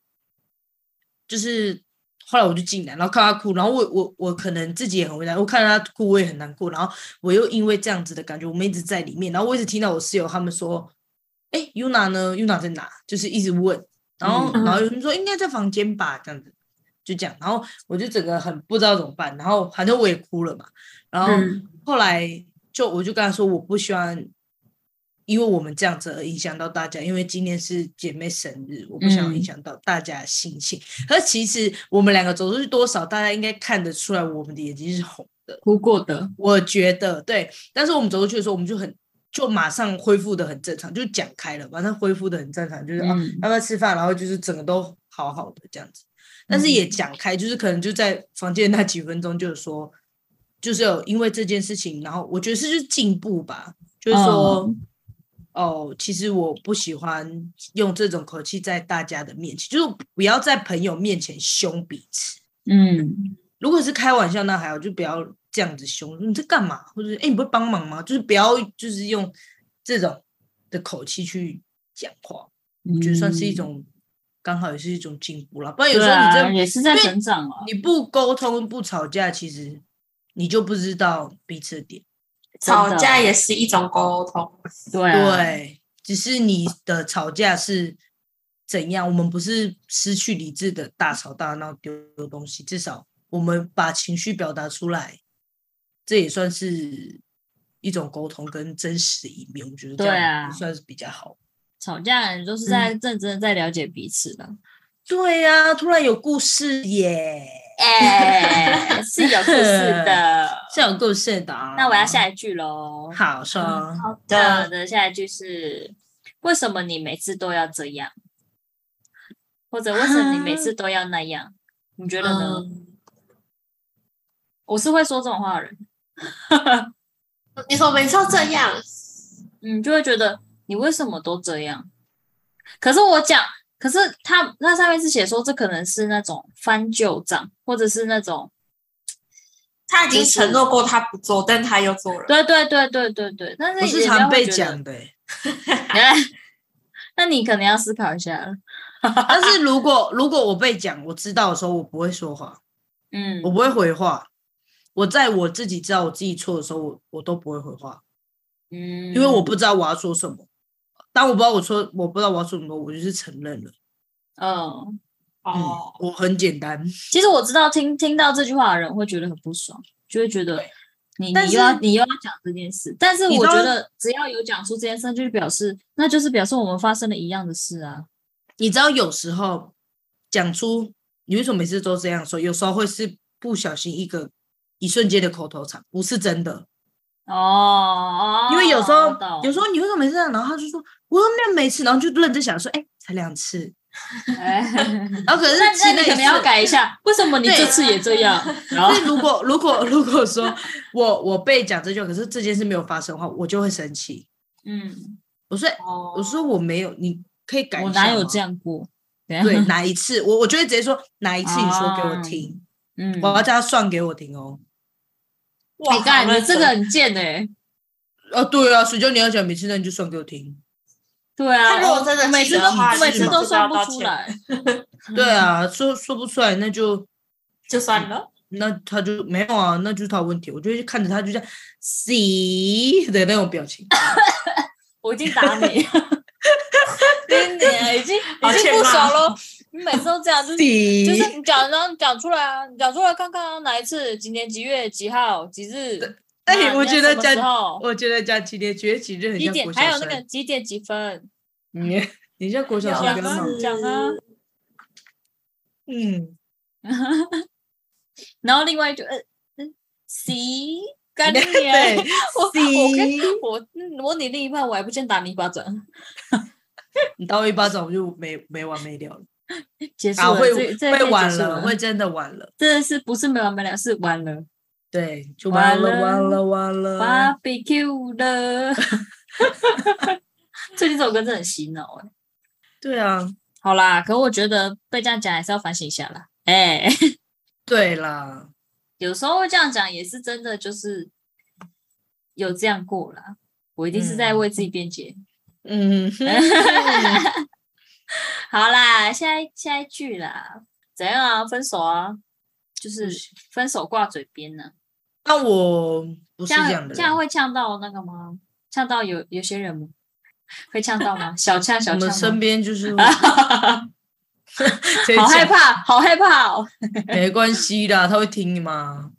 [SPEAKER 1] 就是后来我就进来，然后看他哭，然后我我我可能自己也很为难，我看到他哭我也很难过，然后我又因为这样子的感觉，我们一直在里面，然后我一直听到我室友他们说，哎，Yuna 呢？Yuna 在哪？就是一直问，然后、
[SPEAKER 3] 嗯
[SPEAKER 1] 然后有人说应该在房间吧，这样子。就这样，然后我就整个很不知道怎么办，然后反正我也哭了嘛，然后
[SPEAKER 3] 嗯
[SPEAKER 1] 后来就我就跟他说，我不希望因为我们这样子而影响到大家，因为今天是姐妹生日，我不想要影
[SPEAKER 2] 嗯
[SPEAKER 1] 响到大家的心情。可是其实我们两个走出去多少，大家应该看得出来，我们的眼睛是红的。
[SPEAKER 2] 哭过的，
[SPEAKER 1] 我觉得对，但是我们走出去的时候，我们就很就马上恢复的很正常，就讲开了，马上恢复的很正常，就是、啊
[SPEAKER 2] 嗯
[SPEAKER 1] 要不要吃饭，然后就是整个都好好的这样子。但是也讲开，就是可能就在房间那几分钟，就是说，就是有因为这件事情，然后我觉得是就是进步吧，就是说，哦，其实我不喜欢用这种口气在大家的面前，就是不要在朋友面前凶彼此。
[SPEAKER 2] 嗯，
[SPEAKER 1] 如果是开玩笑，那还好，就不要这样子凶，你在干嘛？或者哎、诶你不会帮忙吗？就是不要就是用这种的口气去讲话，我觉得算是一种刚好也是一种进步啦。不然
[SPEAKER 2] 嗯。
[SPEAKER 1] 有时
[SPEAKER 2] 对
[SPEAKER 1] 候你
[SPEAKER 2] 啊，
[SPEAKER 1] 真的
[SPEAKER 2] 也是在
[SPEAKER 1] 因为
[SPEAKER 2] 成长啊。
[SPEAKER 1] 你不沟通不吵架，其实你就不知道彼此的点。
[SPEAKER 3] 吵
[SPEAKER 2] 真的
[SPEAKER 3] 架也是一种沟通，
[SPEAKER 2] 对啊
[SPEAKER 1] 对，只是你的吵架是怎样，我们不是失去理智的大吵大闹丢东西，至少我们把情绪表达出来，这也算是一种沟通跟真实的一面，我觉得这
[SPEAKER 2] 对
[SPEAKER 1] 样
[SPEAKER 2] 啊
[SPEAKER 1] 算是比较好。
[SPEAKER 2] 吵架人
[SPEAKER 1] 嗯
[SPEAKER 2] 都是在认真的在了解彼此
[SPEAKER 1] (laughs)
[SPEAKER 2] 的。
[SPEAKER 1] 对呀、突然有故事耶，。
[SPEAKER 2] 哎，是有故事的
[SPEAKER 1] (laughs) 是有故事的、啊。
[SPEAKER 2] 那我要下一嗯句喽。
[SPEAKER 1] 好说，
[SPEAKER 2] 好的，
[SPEAKER 3] 嗯
[SPEAKER 2] 我的下一句是：为什么你每次都要这样？或者为什么你每次都要那样？你觉得
[SPEAKER 1] 啊
[SPEAKER 2] 呢？
[SPEAKER 3] 嗯，
[SPEAKER 2] 我是会说这种话的人，
[SPEAKER 3] 你说没错，这样，
[SPEAKER 2] 嗯，就会觉得你为什么都这样？可是我讲，可是他那上面是写说，这可能是那种翻旧账，或者是那种
[SPEAKER 3] 他已经
[SPEAKER 2] 就是
[SPEAKER 3] 承诺过他不做，但他又做了，
[SPEAKER 2] 对对对对对对，但是
[SPEAKER 1] 我
[SPEAKER 2] 人
[SPEAKER 1] 是
[SPEAKER 2] 家
[SPEAKER 1] 常
[SPEAKER 2] 会
[SPEAKER 1] 被
[SPEAKER 2] 觉得哎
[SPEAKER 1] 讲，的欸、
[SPEAKER 2] 那你可能要思考一下了。
[SPEAKER 1] 但是如果如果我被讲，我知道的时候，我不会说话。
[SPEAKER 2] 嗯
[SPEAKER 1] 我，不会回话。我在我自己知道我自己错的时候，我我都不会回话，
[SPEAKER 2] 嗯，
[SPEAKER 1] 因为我不知道我要说什么。当我不知道我说我不知道我要说什么，我就是承认了。
[SPEAKER 2] 嗯，
[SPEAKER 1] 嗯
[SPEAKER 3] 哦，，
[SPEAKER 1] 我很简单，
[SPEAKER 2] 其实我知道听听到这句话的人会觉得很不爽，就会觉得
[SPEAKER 1] 对
[SPEAKER 2] 你
[SPEAKER 1] 但
[SPEAKER 2] 你又要
[SPEAKER 1] 是
[SPEAKER 2] 你又要讲这件事，但是
[SPEAKER 1] 你
[SPEAKER 2] 我
[SPEAKER 1] 当
[SPEAKER 2] 觉
[SPEAKER 1] 然
[SPEAKER 2] 得只要有讲出这件事，就是表示那就是表示我们发生了一样的事啊。
[SPEAKER 1] 你知道有时候讲出你为什么每次都这样说，有时候会是不小心一个一瞬间的口头禅，不是真的。
[SPEAKER 2] 哦哦，
[SPEAKER 1] 因为有时候
[SPEAKER 2] 我懂
[SPEAKER 1] 有时候你为什么没吃到？然后他就说我又没有没吃，然后就认真想说，哎、才两次， (laughs)
[SPEAKER 2] 哎
[SPEAKER 1] 然后可是
[SPEAKER 2] 那
[SPEAKER 1] 吃
[SPEAKER 2] 那你可能要
[SPEAKER 1] 改。
[SPEAKER 2] 改哦一下，为什么你
[SPEAKER 1] 对
[SPEAKER 2] 这次也这
[SPEAKER 1] (laughs)
[SPEAKER 2] 样？然后
[SPEAKER 1] 所以如果如果 (laughs) 如果说我我被讲这句话，可是这件事没有发生的话，我就会生气。
[SPEAKER 2] 嗯，
[SPEAKER 1] 我说
[SPEAKER 3] 哦
[SPEAKER 1] 我说我没有，你可以改一
[SPEAKER 2] 我
[SPEAKER 1] 下
[SPEAKER 2] 哪有
[SPEAKER 1] 吗
[SPEAKER 2] 这？样过？对啊
[SPEAKER 1] 对，哪一次？我我就会直接说哪一次你说给我
[SPEAKER 2] 哦
[SPEAKER 1] 听，
[SPEAKER 2] 嗯，
[SPEAKER 1] 我要叫他算给我听哦。
[SPEAKER 2] 你看你这个
[SPEAKER 3] 好认真
[SPEAKER 2] 很贱哎。
[SPEAKER 1] 哦，对啊，水就你要讲每次，那你就算给我听。
[SPEAKER 2] 对啊，
[SPEAKER 3] 他如果
[SPEAKER 2] 我
[SPEAKER 3] 真的
[SPEAKER 2] 我每
[SPEAKER 3] 记
[SPEAKER 2] 次
[SPEAKER 3] 得
[SPEAKER 2] 都
[SPEAKER 3] 的话
[SPEAKER 2] 我每
[SPEAKER 1] 就是
[SPEAKER 2] 次
[SPEAKER 1] 嘛
[SPEAKER 2] 都
[SPEAKER 3] 知道
[SPEAKER 2] 算不
[SPEAKER 3] 道
[SPEAKER 2] 出
[SPEAKER 3] 歉
[SPEAKER 2] 来，
[SPEAKER 1] (laughs) 对啊，说说不出来，那就
[SPEAKER 3] 就算了，
[SPEAKER 1] 那他就没有啊，那就是他的问题。我就会看着他，就像 see 的那种
[SPEAKER 2] (laughs)
[SPEAKER 1] 表情。
[SPEAKER 2] 我已经打你，
[SPEAKER 1] (laughs)
[SPEAKER 2] 真的已经
[SPEAKER 3] 好
[SPEAKER 2] 已经
[SPEAKER 3] 欠
[SPEAKER 2] 不
[SPEAKER 3] 骂
[SPEAKER 2] 爽了。你每次都这样，就是就
[SPEAKER 1] see
[SPEAKER 2] 是你讲，然后你讲出来啊，你讲出来看看啊，哪一次，几年几月几号几日？啊
[SPEAKER 1] 哎，我觉得
[SPEAKER 2] 讲
[SPEAKER 1] 讲，我觉得讲起点崛起就很
[SPEAKER 2] 几
[SPEAKER 1] 像
[SPEAKER 2] 点，
[SPEAKER 1] 国小
[SPEAKER 2] 还有那
[SPEAKER 1] 生
[SPEAKER 2] 个几点几分，
[SPEAKER 1] 你你像国小
[SPEAKER 3] 有
[SPEAKER 1] 生
[SPEAKER 3] 啊
[SPEAKER 1] 跟他
[SPEAKER 2] 啊
[SPEAKER 1] 们，
[SPEAKER 2] 讲啊。
[SPEAKER 1] 嗯，
[SPEAKER 2] 啊 (laughs) 然后另外就呃嗯，C 干你
[SPEAKER 1] (laughs) 对
[SPEAKER 2] 娘！我我跟
[SPEAKER 1] ，C，
[SPEAKER 2] 我嗯我你另一半，我还不先打你一巴
[SPEAKER 1] 啊
[SPEAKER 2] 掌，
[SPEAKER 1] 你打我一巴掌，我就没没完没了了，
[SPEAKER 2] 结束
[SPEAKER 1] 啊，
[SPEAKER 2] 了，
[SPEAKER 1] 会
[SPEAKER 2] 这这一
[SPEAKER 1] 会
[SPEAKER 2] 天
[SPEAKER 1] 晚
[SPEAKER 2] 结束
[SPEAKER 1] 了，会真的晚了，
[SPEAKER 2] 真的是不是没完没了，是完了
[SPEAKER 1] 对，就
[SPEAKER 2] 完
[SPEAKER 1] 完了，
[SPEAKER 2] 了
[SPEAKER 1] 完了，完
[SPEAKER 2] 嗯
[SPEAKER 1] 了，
[SPEAKER 2] ，barbecue 了。 (laughs) 最近这首歌真的很洗脑哎。
[SPEAKER 1] 对啊，
[SPEAKER 2] 好啦，可我觉得被这样讲还是要反省一下啦。哎、 (laughs)
[SPEAKER 1] 对啦，
[SPEAKER 2] 有时候会这样讲也是真的，就是有这样过啦。我一定是在为自己辩解。
[SPEAKER 1] 嗯，
[SPEAKER 2] 好啦，下一下一句啦，怎样啊？分手啊，就是分手挂嘴边呢、
[SPEAKER 1] 但我不
[SPEAKER 2] 这
[SPEAKER 1] 是
[SPEAKER 2] 样
[SPEAKER 1] 这样的
[SPEAKER 2] 这样
[SPEAKER 1] 人，
[SPEAKER 2] 会呛到那个吗？呛到有有些人吗？会呛到吗？小呛
[SPEAKER 1] 我
[SPEAKER 2] 小
[SPEAKER 1] 们
[SPEAKER 2] 呛
[SPEAKER 1] 身
[SPEAKER 2] (laughs) 吗。啊
[SPEAKER 1] 边就是会
[SPEAKER 2] 好害
[SPEAKER 1] 谁
[SPEAKER 2] 怕，好害怕哦！
[SPEAKER 1] 讲 (laughs) 没关系啦，他会听嘛，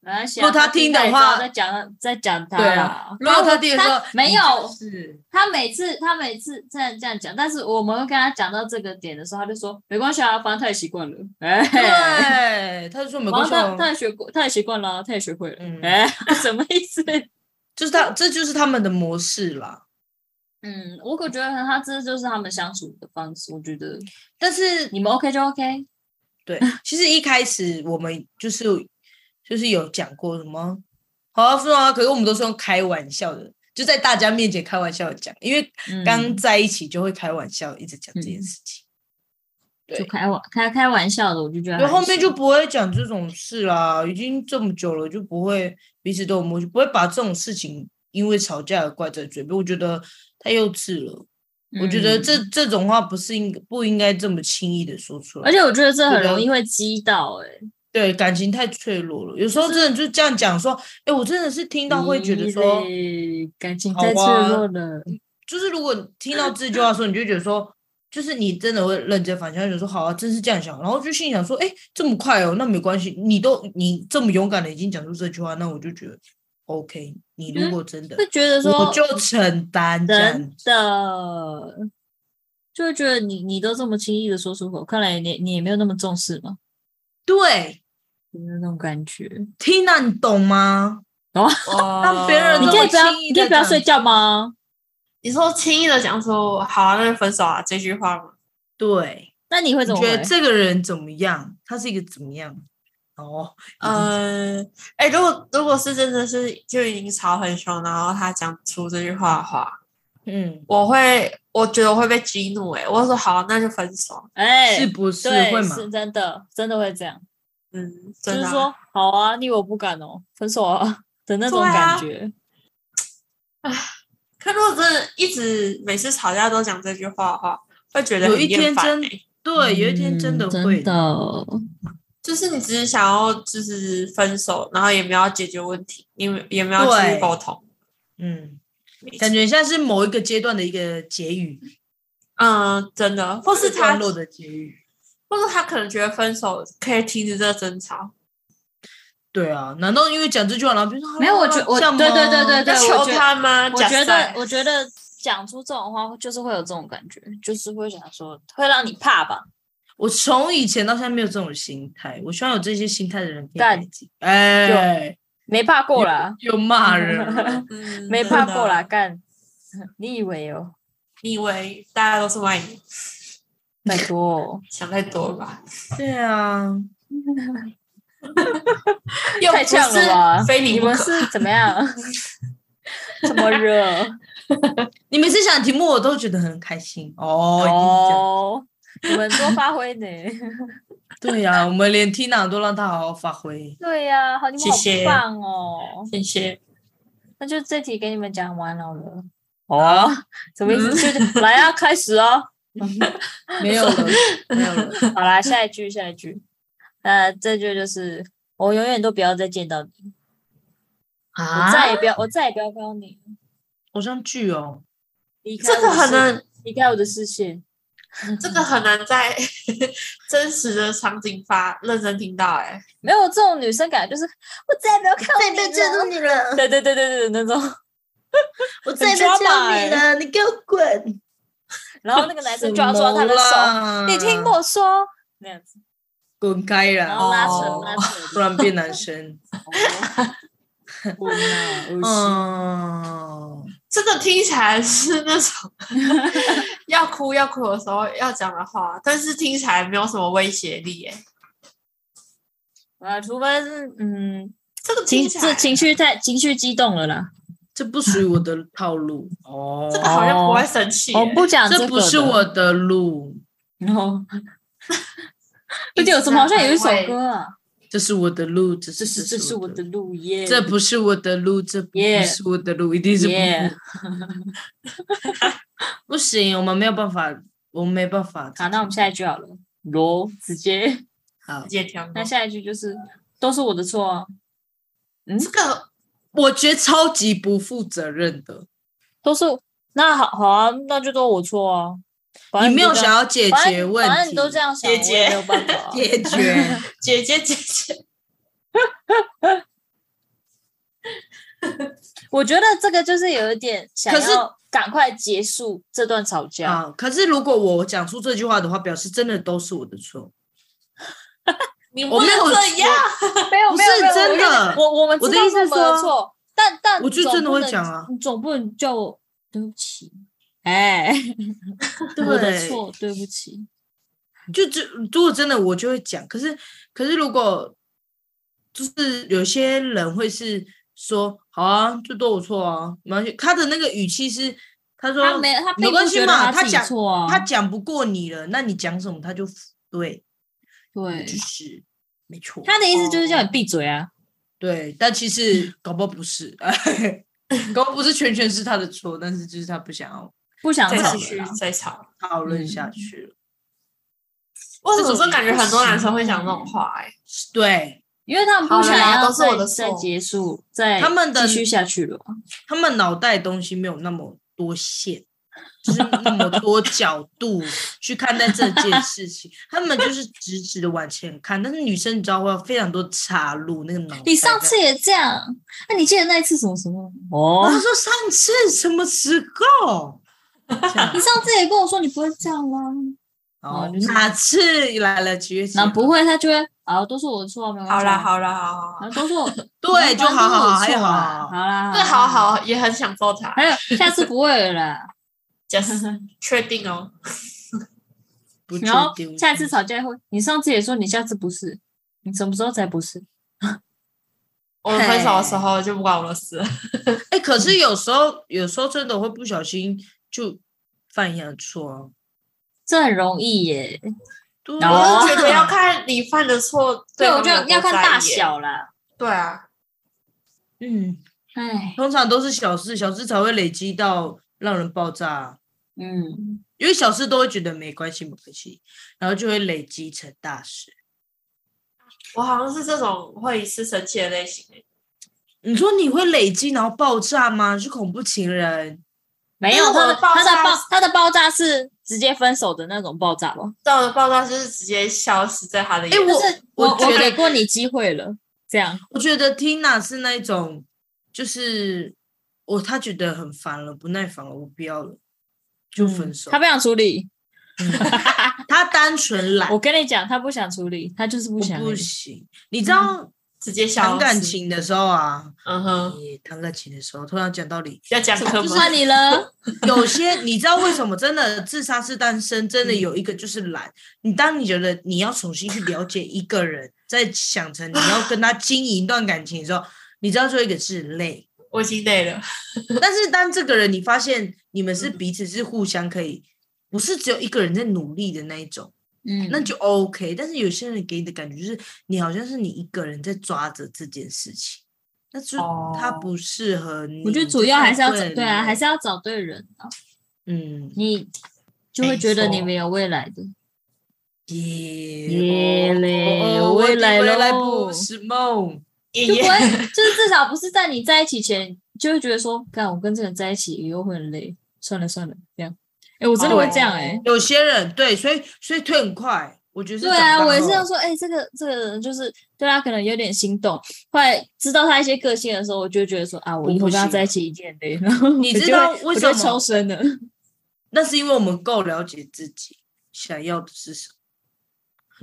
[SPEAKER 2] 没关系啊
[SPEAKER 1] 如果他听的话
[SPEAKER 2] 再讲再讲他
[SPEAKER 1] 对
[SPEAKER 2] 啦
[SPEAKER 1] 啊。，如果他听的时候
[SPEAKER 2] 他没有，
[SPEAKER 1] 是
[SPEAKER 2] 他每次他每次这样这样讲，但是我们会跟他讲到这个点的时候，他就说没关系啊，反正他也习惯了。哎、
[SPEAKER 1] 对，他就说没
[SPEAKER 2] 然
[SPEAKER 1] 关
[SPEAKER 2] 后
[SPEAKER 1] 系
[SPEAKER 2] 他
[SPEAKER 1] 哦，
[SPEAKER 2] 他也学过，他也习惯了，他也学会了。
[SPEAKER 1] 嗯
[SPEAKER 2] 哎、什么意
[SPEAKER 1] (laughs)
[SPEAKER 2] 思？
[SPEAKER 1] 就是他，这就是他们的模式啦。
[SPEAKER 2] 嗯，我可觉得他这就是他们相处的方式。我觉得
[SPEAKER 1] 但是
[SPEAKER 2] 你们 OK 就 OK。
[SPEAKER 1] 对，其实一开始我们就是就是有讲过什么，好啊，是啊，可是我们都是用开玩笑的，就在大家面前开玩笑地讲，因为
[SPEAKER 2] 嗯
[SPEAKER 1] 刚在一起就会开玩笑，一直讲这件事情，对
[SPEAKER 2] 就开玩开开玩笑的，我就觉得
[SPEAKER 1] 对，
[SPEAKER 2] 还
[SPEAKER 1] 后面
[SPEAKER 2] 行
[SPEAKER 1] 就不会讲这种事啦，已经这么久了，就不会彼此都有默契，不会把这种事情因为吵架而挂在嘴边，我觉得太幼稚了。我觉得
[SPEAKER 2] 嗯
[SPEAKER 1] 这这种话不是应不应该这么轻易的说出来，
[SPEAKER 2] 而且我觉得这很
[SPEAKER 1] 这个
[SPEAKER 2] 容易会激到哎、
[SPEAKER 1] 对感情太脆弱了，有时候真的就这样讲说，哎、我真的是听到会觉得说，
[SPEAKER 2] 咦嘞感情
[SPEAKER 1] 好
[SPEAKER 2] 太脆
[SPEAKER 1] 啊
[SPEAKER 2] 弱了。
[SPEAKER 1] 就是如果听到这句话的时候，你就觉得说，就是你真的会认真反省，就说好啊，真是这样想，然后就心里想说，哎、这么快哦，那没关系，你都你这么勇敢的已经讲出这句话，那我就觉得 OK，你如果真的，
[SPEAKER 2] 会觉嗯得说
[SPEAKER 1] 我就承担这样
[SPEAKER 2] 真，的，就会觉得你你都这么轻易的说出口，看来你你也没有那么重视嘛，
[SPEAKER 1] 对，
[SPEAKER 2] 有没有那种感觉？
[SPEAKER 1] 听到你懂吗？
[SPEAKER 3] 让
[SPEAKER 1] 别人
[SPEAKER 2] 你
[SPEAKER 1] 都
[SPEAKER 2] 可以
[SPEAKER 1] 会
[SPEAKER 2] 不要，
[SPEAKER 1] 轻易
[SPEAKER 2] 你可以不要
[SPEAKER 1] 地这样
[SPEAKER 2] 睡觉吗？
[SPEAKER 3] 你说轻易的讲说好啊，那就分手啊这句话吗？
[SPEAKER 1] 对，
[SPEAKER 2] 那你会
[SPEAKER 1] 你
[SPEAKER 2] 怎么
[SPEAKER 1] 觉
[SPEAKER 2] 回
[SPEAKER 1] 得？这个人怎么样？他是一个怎么样？哦，
[SPEAKER 3] 呃，哎、如果如果是真的是就已经吵很凶，然后他讲出这句话的话，
[SPEAKER 1] 嗯，
[SPEAKER 3] 我会我觉得我会被激怒、欸，哎，我会说好，那就分手。
[SPEAKER 2] 哎、
[SPEAKER 1] 是不是
[SPEAKER 2] 对
[SPEAKER 1] 会嘛？
[SPEAKER 2] 是真的，真的会这样，
[SPEAKER 3] 嗯，
[SPEAKER 2] 就
[SPEAKER 3] 真
[SPEAKER 2] 是
[SPEAKER 3] 的啊
[SPEAKER 2] 说好啊，你以为我不敢哦，分手啊 (laughs) 的那种
[SPEAKER 3] 对啊
[SPEAKER 2] 感觉。
[SPEAKER 3] 可如果真的一直每次吵架都讲这句话的话，会觉得
[SPEAKER 1] 有
[SPEAKER 3] 很
[SPEAKER 1] 一天
[SPEAKER 3] 厌烦
[SPEAKER 1] 真
[SPEAKER 3] 欸
[SPEAKER 1] 对，有一天真的
[SPEAKER 2] 嗯
[SPEAKER 1] 会
[SPEAKER 2] 真的，
[SPEAKER 3] 就是你只是想要就是分手，然后也没有要解决问题，因为也没有
[SPEAKER 1] 对
[SPEAKER 3] 继续沟通。
[SPEAKER 1] 嗯，感觉像是某一个阶段的一个结语，
[SPEAKER 3] 嗯，真的，或是他
[SPEAKER 1] 段，落的结语。
[SPEAKER 3] 或是他可能觉得分手可以停止这个争吵，
[SPEAKER 1] 对啊，难道因为讲这句话，然后就说啊
[SPEAKER 2] 没有我觉
[SPEAKER 1] 得
[SPEAKER 2] 我对对对对对我
[SPEAKER 3] 要求
[SPEAKER 2] 觉得
[SPEAKER 3] 他吗？
[SPEAKER 2] 我
[SPEAKER 3] 假
[SPEAKER 2] 觉得
[SPEAKER 3] 赛，
[SPEAKER 2] 我觉得讲出这种话，就是会有这种感觉，就是会想说，会让你怕吧？
[SPEAKER 1] 我从以前到现在没有这种心态，我希望有这些心态的人可以
[SPEAKER 2] 干
[SPEAKER 1] 改进。哎，
[SPEAKER 2] 没怕过啦，
[SPEAKER 1] 又骂
[SPEAKER 2] (laughs)
[SPEAKER 1] 人了，
[SPEAKER 3] 嗯
[SPEAKER 2] 没怕过啦，
[SPEAKER 3] 来，
[SPEAKER 2] 干，你以为哦？
[SPEAKER 3] 你以为大家都是外你？
[SPEAKER 2] 拜托哦，
[SPEAKER 3] 想太多了吧？
[SPEAKER 1] 对啊，
[SPEAKER 3] 又
[SPEAKER 2] 太
[SPEAKER 3] 不是
[SPEAKER 2] 呛了吧？
[SPEAKER 3] 非你
[SPEAKER 2] 你
[SPEAKER 3] 不
[SPEAKER 2] 们
[SPEAKER 3] 可。
[SPEAKER 2] 是怎么样？ (laughs) 怎么热？
[SPEAKER 1] 你每次想题目我都觉得很开心哦。
[SPEAKER 2] 哦，你们多发挥呢。 (laughs)
[SPEAKER 1] 一定是这样对呀、啊，我们连 Tina 都让她好好发挥。
[SPEAKER 2] 对呀、好，你们
[SPEAKER 3] 谢谢
[SPEAKER 2] 好棒哦。
[SPEAKER 3] 谢谢。
[SPEAKER 2] 那就这题给你们讲完了了。
[SPEAKER 1] 哦，
[SPEAKER 2] 什么意思？就是来啊，开始哦。
[SPEAKER 1] 没有了，没有
[SPEAKER 2] (laughs)
[SPEAKER 1] 了。
[SPEAKER 2] 好啦，下一句，下一句。那这句就是我永远都不要再见到你，我再也不要，我再也不要看到你，
[SPEAKER 1] 偶像剧哦，
[SPEAKER 2] 离开
[SPEAKER 3] 这个
[SPEAKER 2] 我的
[SPEAKER 3] 很
[SPEAKER 2] 视
[SPEAKER 3] 难，
[SPEAKER 2] 离开我的视线。
[SPEAKER 3] 这个很难在 (laughs) 真实的场景发认真听到、欸，哎，
[SPEAKER 2] 没有这种女生感觉，就是我再也不要看到你了。
[SPEAKER 1] 你了，
[SPEAKER 2] 对对对对对，那种。
[SPEAKER 1] 我
[SPEAKER 2] 再也不见你
[SPEAKER 1] 了，你给我滚！
[SPEAKER 2] 然后那个男生抓住了她的手，
[SPEAKER 1] 手
[SPEAKER 2] 你听，我说那样子，
[SPEAKER 1] 滚开
[SPEAKER 2] 然
[SPEAKER 1] 啦！
[SPEAKER 2] 后拉扯
[SPEAKER 3] 哦
[SPEAKER 2] 拉扯。
[SPEAKER 1] 不然变男生。
[SPEAKER 2] 我呐，
[SPEAKER 1] (laughs) 嗯，
[SPEAKER 3] 这个听起来是
[SPEAKER 2] (laughs)
[SPEAKER 3] 那种要哭要哭的时候要讲的话，但是听起来没有什么威胁力、欸，哎，
[SPEAKER 2] 啊，除非是嗯，
[SPEAKER 3] 这个
[SPEAKER 2] 情
[SPEAKER 3] 听起来
[SPEAKER 2] 这情绪太情绪激动了啦。
[SPEAKER 1] 这不属于我的套路哦
[SPEAKER 3] 这个好像不会生气、欸，
[SPEAKER 2] 我哦不讲
[SPEAKER 1] 这
[SPEAKER 2] 个
[SPEAKER 1] 不是
[SPEAKER 2] 的，
[SPEAKER 1] 我的路，
[SPEAKER 2] 然后，
[SPEAKER 1] (laughs)
[SPEAKER 2] 而且有什么好像有一首歌啊，
[SPEAKER 1] 这是我的路，这
[SPEAKER 2] 这是
[SPEAKER 1] 是
[SPEAKER 2] 这是我的
[SPEAKER 1] 路，
[SPEAKER 2] 路耶，
[SPEAKER 1] 这不是我的路，这不
[SPEAKER 2] Yeah
[SPEAKER 1] 是我的路，一定是不
[SPEAKER 2] Yeah
[SPEAKER 1] (laughs) 不行，我们没有办法，我们没办法。
[SPEAKER 2] 好，那我们下一句好了，罗直接，
[SPEAKER 1] 好
[SPEAKER 3] 直，接跳过
[SPEAKER 2] 那。下一句就是都是我的错啊，
[SPEAKER 3] 这个
[SPEAKER 1] 我觉得超级不负责任的，
[SPEAKER 2] 都是那好好啊，那就都我错啊，反正
[SPEAKER 1] 你没有
[SPEAKER 2] 就这
[SPEAKER 1] 想
[SPEAKER 2] 样
[SPEAKER 1] 要解
[SPEAKER 2] 反
[SPEAKER 1] 决
[SPEAKER 2] 正
[SPEAKER 1] 问
[SPEAKER 2] 反正
[SPEAKER 1] 题，
[SPEAKER 2] 你都这样想，我
[SPEAKER 3] 姐姐
[SPEAKER 2] 也没有办
[SPEAKER 1] (laughs)
[SPEAKER 2] 法啊，(laughs)
[SPEAKER 1] 解决。
[SPEAKER 3] 姐姐 (laughs) 姐姐，
[SPEAKER 2] 我觉得这个就是有一点想
[SPEAKER 1] 可是
[SPEAKER 2] 要赶快结束这段吵架。
[SPEAKER 1] 啊！可是如果我讲出这句话的话，表示真的都是我的错。
[SPEAKER 3] 你
[SPEAKER 1] 我
[SPEAKER 3] 不
[SPEAKER 1] 没有
[SPEAKER 3] 能这样，
[SPEAKER 2] 没有
[SPEAKER 1] 不
[SPEAKER 2] 没有
[SPEAKER 1] 是
[SPEAKER 2] 没有，
[SPEAKER 1] 真的
[SPEAKER 2] 我我们
[SPEAKER 1] 我
[SPEAKER 2] 知
[SPEAKER 1] 的
[SPEAKER 2] 道
[SPEAKER 1] 意思
[SPEAKER 2] 是
[SPEAKER 1] 是
[SPEAKER 2] 我们的
[SPEAKER 1] 说
[SPEAKER 2] 错，但但
[SPEAKER 1] 我就
[SPEAKER 2] 总
[SPEAKER 1] 真的
[SPEAKER 2] 不
[SPEAKER 1] 会
[SPEAKER 2] 能
[SPEAKER 1] 讲啊，
[SPEAKER 2] 你总不能叫我对不起，哎，
[SPEAKER 1] 对
[SPEAKER 2] 我的错，对不起，
[SPEAKER 1] 就就如果真的我就会讲，可是可是如果就是有些人会是说好啊，就都我错啊，没关系。他的那个语气是他说
[SPEAKER 2] 他没他并
[SPEAKER 1] 没
[SPEAKER 2] 不
[SPEAKER 1] 关系
[SPEAKER 2] 觉得
[SPEAKER 1] 嘛，
[SPEAKER 2] 自己
[SPEAKER 1] 讲
[SPEAKER 2] 错啊，
[SPEAKER 1] 他讲不过你了，那你讲什么他就对，
[SPEAKER 2] 对
[SPEAKER 1] 就是没错。
[SPEAKER 2] 他的意思就是叫
[SPEAKER 1] 哦
[SPEAKER 2] 你闭嘴啊，
[SPEAKER 1] 对，但其实搞不好不是， (laughs) 搞不好不是全全是他的错，但是就是他不想要
[SPEAKER 2] 不想
[SPEAKER 3] 再
[SPEAKER 2] 吵
[SPEAKER 3] 继
[SPEAKER 2] 了
[SPEAKER 3] 续
[SPEAKER 2] 啦。
[SPEAKER 3] 再吵。
[SPEAKER 1] 讨论
[SPEAKER 2] 嗯
[SPEAKER 1] 下去了。
[SPEAKER 3] 为什么这感觉很多男生会讲这种话、欸？哎，
[SPEAKER 1] 对，
[SPEAKER 2] 因为他们
[SPEAKER 3] 好
[SPEAKER 2] 不
[SPEAKER 3] 了
[SPEAKER 2] 想
[SPEAKER 3] 啦
[SPEAKER 2] 要
[SPEAKER 3] 都是我
[SPEAKER 2] 再
[SPEAKER 3] 的
[SPEAKER 2] 再
[SPEAKER 3] 错
[SPEAKER 2] 结束，再
[SPEAKER 1] 他们的
[SPEAKER 2] 继续下去了。
[SPEAKER 1] 他们脑袋东西没有那么多线，就是那么多角
[SPEAKER 2] (laughs)
[SPEAKER 1] 度去看待这件事情，他们就是直直的往前看。但是女生你知道会有非常多岔路，那个脑袋
[SPEAKER 2] 你上次
[SPEAKER 1] 在
[SPEAKER 2] 也这样，那你记得那一次什么什么？哦
[SPEAKER 1] 我就，说上次什么时候？这样
[SPEAKER 2] 你上次也跟我说你不会这样啦、
[SPEAKER 1] 哦
[SPEAKER 2] 就是，
[SPEAKER 1] 哪次来了几月几
[SPEAKER 2] 那
[SPEAKER 1] 号？
[SPEAKER 2] 不会，他就会啊，都是我的错，没关系啊。
[SPEAKER 3] 好啦好啦好啦好
[SPEAKER 2] 啊，
[SPEAKER 3] 啦，
[SPEAKER 2] 都是我
[SPEAKER 1] 对，就好好好，还
[SPEAKER 2] 还
[SPEAKER 1] 有好
[SPEAKER 2] 啊好
[SPEAKER 1] 好好，
[SPEAKER 2] 啦，
[SPEAKER 3] 对，嗯好，好也很享受他
[SPEAKER 2] 还有下次不会了啦。
[SPEAKER 3] ，just (laughs) 确定哦。
[SPEAKER 1] 不确
[SPEAKER 2] 然后
[SPEAKER 1] 定。
[SPEAKER 2] 下次吵架会，你上次也说你下次不是，你什么时候才不是？
[SPEAKER 3] 我们分手的时候就不关我的事了，
[SPEAKER 1] 哎、可是有时候有时候真的会不小心就犯一样的错啊。
[SPEAKER 2] 这很容易耶，
[SPEAKER 1] 对
[SPEAKER 2] 哦
[SPEAKER 1] 啊
[SPEAKER 3] 我是觉
[SPEAKER 2] (laughs)
[SPEAKER 3] 得要看你犯的错，
[SPEAKER 2] 对，我
[SPEAKER 3] 方
[SPEAKER 2] 觉
[SPEAKER 3] 有
[SPEAKER 2] 得
[SPEAKER 3] 多
[SPEAKER 2] 要看
[SPEAKER 3] 在
[SPEAKER 2] 大
[SPEAKER 3] 意欸。
[SPEAKER 2] 小啦。
[SPEAKER 3] 对啊，
[SPEAKER 1] 嗯，
[SPEAKER 2] 哎，
[SPEAKER 1] 通常都是小事，小事才会累积到让人爆炸啊、
[SPEAKER 2] 嗯，
[SPEAKER 1] 因为小事都会觉得没关系，没关系，然后就会累积成大事。
[SPEAKER 3] 我好像是这种会一次生气的类型欸、
[SPEAKER 1] 你说你会累积然后爆炸吗？是恐怖情人？
[SPEAKER 2] 没
[SPEAKER 3] 但
[SPEAKER 2] 有
[SPEAKER 3] 是我
[SPEAKER 2] 他的
[SPEAKER 3] 的爆
[SPEAKER 2] 他的
[SPEAKER 3] 炸
[SPEAKER 2] 爆
[SPEAKER 3] 是
[SPEAKER 2] 他的爆炸是直接分手的那种爆炸吧？
[SPEAKER 3] 到了爆炸就是直接消失在他的眼。
[SPEAKER 1] 哎我
[SPEAKER 2] 就是我
[SPEAKER 1] 我觉得
[SPEAKER 2] 给过你机会了，这样
[SPEAKER 1] 我觉得 Tina 是那一种，就是
[SPEAKER 2] 嗯
[SPEAKER 1] 我他觉得很烦了，不耐烦了，我不要了，就分手。
[SPEAKER 2] 他不想处理，
[SPEAKER 1] 他单纯懒，
[SPEAKER 2] 我跟你讲，他不想处理，他就是不想嗯而
[SPEAKER 1] 不
[SPEAKER 2] 已。
[SPEAKER 1] 行。你知道
[SPEAKER 3] 直接消
[SPEAKER 1] 谈感
[SPEAKER 3] 失，
[SPEAKER 1] 情的时候啊，
[SPEAKER 3] 嗯哼，
[SPEAKER 1] 你谈感情的时候，突然讲道理，
[SPEAKER 3] 要讲课
[SPEAKER 2] 就
[SPEAKER 3] 吗？
[SPEAKER 2] 算你了，
[SPEAKER 1] 有些你知道为什么真的自杀式单身，真
[SPEAKER 2] 嗯
[SPEAKER 1] 的有一个就是懒。你当你觉得你要重新去了解一个人，在想成你
[SPEAKER 2] (laughs)
[SPEAKER 1] 要跟他经营一段感情的时候，你知道最后一个是累。
[SPEAKER 3] 我已经累了，
[SPEAKER 1] 但是当这个人你发现你们
[SPEAKER 2] 嗯
[SPEAKER 1] 是彼此是互相可以，不是只有一个人在努力的那一种， (laughs)
[SPEAKER 2] 嗯，
[SPEAKER 1] 那就 OK。但是有些人给你的感觉就是你好像是你一个人在抓着这件事情，那就
[SPEAKER 3] 哦
[SPEAKER 1] 他不适合你。
[SPEAKER 2] 我觉得主要还是要找
[SPEAKER 1] 就太
[SPEAKER 2] 对啊，
[SPEAKER 1] 了
[SPEAKER 2] 还是要找对人啊，
[SPEAKER 1] 嗯
[SPEAKER 2] 你就会
[SPEAKER 3] 没
[SPEAKER 2] 觉得你
[SPEAKER 3] 错
[SPEAKER 2] 没有未来
[SPEAKER 1] (laughs)
[SPEAKER 2] 的。
[SPEAKER 1] 耶
[SPEAKER 2] 耶嘞
[SPEAKER 1] 哦
[SPEAKER 2] 我
[SPEAKER 1] 的
[SPEAKER 2] 也来
[SPEAKER 1] 未来
[SPEAKER 2] 喽
[SPEAKER 1] 不是梦。
[SPEAKER 3] 爷
[SPEAKER 2] 就不
[SPEAKER 3] 爷
[SPEAKER 2] 会，就是至少不是在你在一起前，就会觉得说，干我跟这个人在一起以后会很累，算了算了，这样。哎、我真的会这样哎、
[SPEAKER 1] 有些人对，所以所以退很快，我觉得是
[SPEAKER 2] 对
[SPEAKER 1] 长
[SPEAKER 2] 啊，
[SPEAKER 1] 大
[SPEAKER 2] 我也是
[SPEAKER 1] 后
[SPEAKER 2] 要说，哎、这个这个人就是对他可能有点心动，后来知道他一些个性的时候，我就会觉得说啊，我以后
[SPEAKER 1] 我不
[SPEAKER 2] 跟他
[SPEAKER 1] 行
[SPEAKER 2] 在一起一定很累，然后
[SPEAKER 1] 你
[SPEAKER 2] 我就
[SPEAKER 1] 知道
[SPEAKER 2] 会
[SPEAKER 1] 为
[SPEAKER 2] 我就会
[SPEAKER 1] 什么
[SPEAKER 2] 抽身了？
[SPEAKER 1] 那是因为我们够了解自己想要的是什么，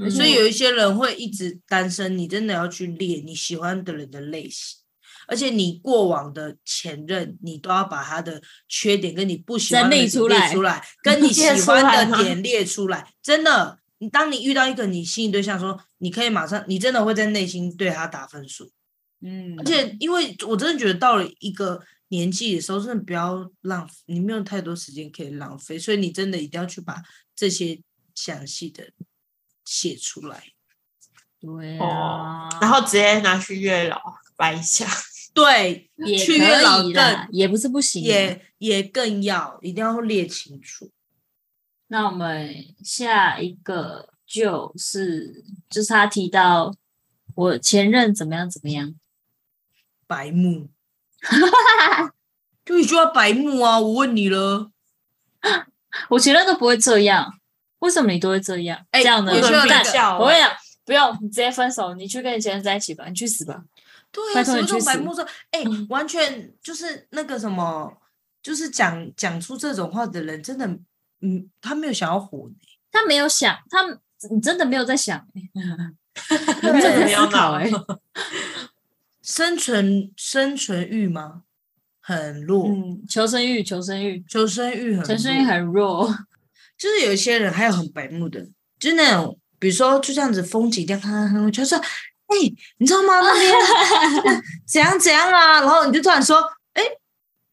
[SPEAKER 3] 嗯
[SPEAKER 1] 所以有一些人会一直单身，你真的要去列你喜欢的人的类型。而且你过往的前任，你都要把他的缺点跟你不喜欢的
[SPEAKER 2] 整理
[SPEAKER 1] 点
[SPEAKER 2] 出
[SPEAKER 1] 列
[SPEAKER 2] 来
[SPEAKER 1] 出
[SPEAKER 2] (laughs)
[SPEAKER 1] 来，跟你喜
[SPEAKER 3] 列出来
[SPEAKER 1] 欢的
[SPEAKER 3] 吗
[SPEAKER 1] 点列出来。真的，你当你遇到一个你心仪对象的时候，你可以马上，你真的会在内心对他打分数。
[SPEAKER 2] 嗯，
[SPEAKER 1] 而且，因为我真的觉得到了一个年纪的时候，真的不要浪费，你没有太多时间可以浪费，所以你真的一定要去把这些详细的写出来。
[SPEAKER 2] 对啊
[SPEAKER 3] 哦，然后直接拿去月老拜一下，
[SPEAKER 1] 对，
[SPEAKER 2] 也
[SPEAKER 1] 去月
[SPEAKER 2] 可
[SPEAKER 1] 老
[SPEAKER 2] 以
[SPEAKER 1] 更
[SPEAKER 2] 啦，也不是不行啊。
[SPEAKER 1] 也也更要一定要列清楚。
[SPEAKER 2] 那我们下一个就是，就是他提到我前任怎么样怎么样，
[SPEAKER 1] 白目，
[SPEAKER 2] (laughs)
[SPEAKER 1] 就一句话白目啊！我问你了，
[SPEAKER 2] 我前任都不会这样，为什么你都会这样？
[SPEAKER 1] 哎
[SPEAKER 2] 这样的
[SPEAKER 1] 我觉得哦
[SPEAKER 2] 笨蛋
[SPEAKER 3] 比较
[SPEAKER 2] 我跟你讲，不用，你直接分手，你去跟你前任在一起吧，你去死吧。
[SPEAKER 1] 对啊，
[SPEAKER 2] 拜
[SPEAKER 1] 什
[SPEAKER 2] 托
[SPEAKER 1] 么
[SPEAKER 2] 你
[SPEAKER 1] 叫
[SPEAKER 2] 去
[SPEAKER 1] 白
[SPEAKER 2] 死
[SPEAKER 1] 目说？哎、
[SPEAKER 2] 嗯
[SPEAKER 1] 完全就是那个什么，就是讲讲出这种话的人，真的，嗯，他没有想要活呢、
[SPEAKER 2] 他没有想，他你真的没有在想、欸，
[SPEAKER 1] (laughs) 对
[SPEAKER 2] 你真的在
[SPEAKER 3] 没有
[SPEAKER 2] 思考
[SPEAKER 3] 脑
[SPEAKER 2] 哎、
[SPEAKER 1] 生存生存欲吗？很弱，
[SPEAKER 2] (laughs) 嗯，求生欲，求生欲，
[SPEAKER 1] 求生欲很
[SPEAKER 2] 求生欲
[SPEAKER 1] 弱
[SPEAKER 2] 很弱，
[SPEAKER 1] 就是有一些人还有很白目的，就是那种比如说就这样子风景这样看看看看，就说哎、你知道吗？那边
[SPEAKER 2] (laughs)
[SPEAKER 1] 怎样怎样啊？然后你就突然说哎、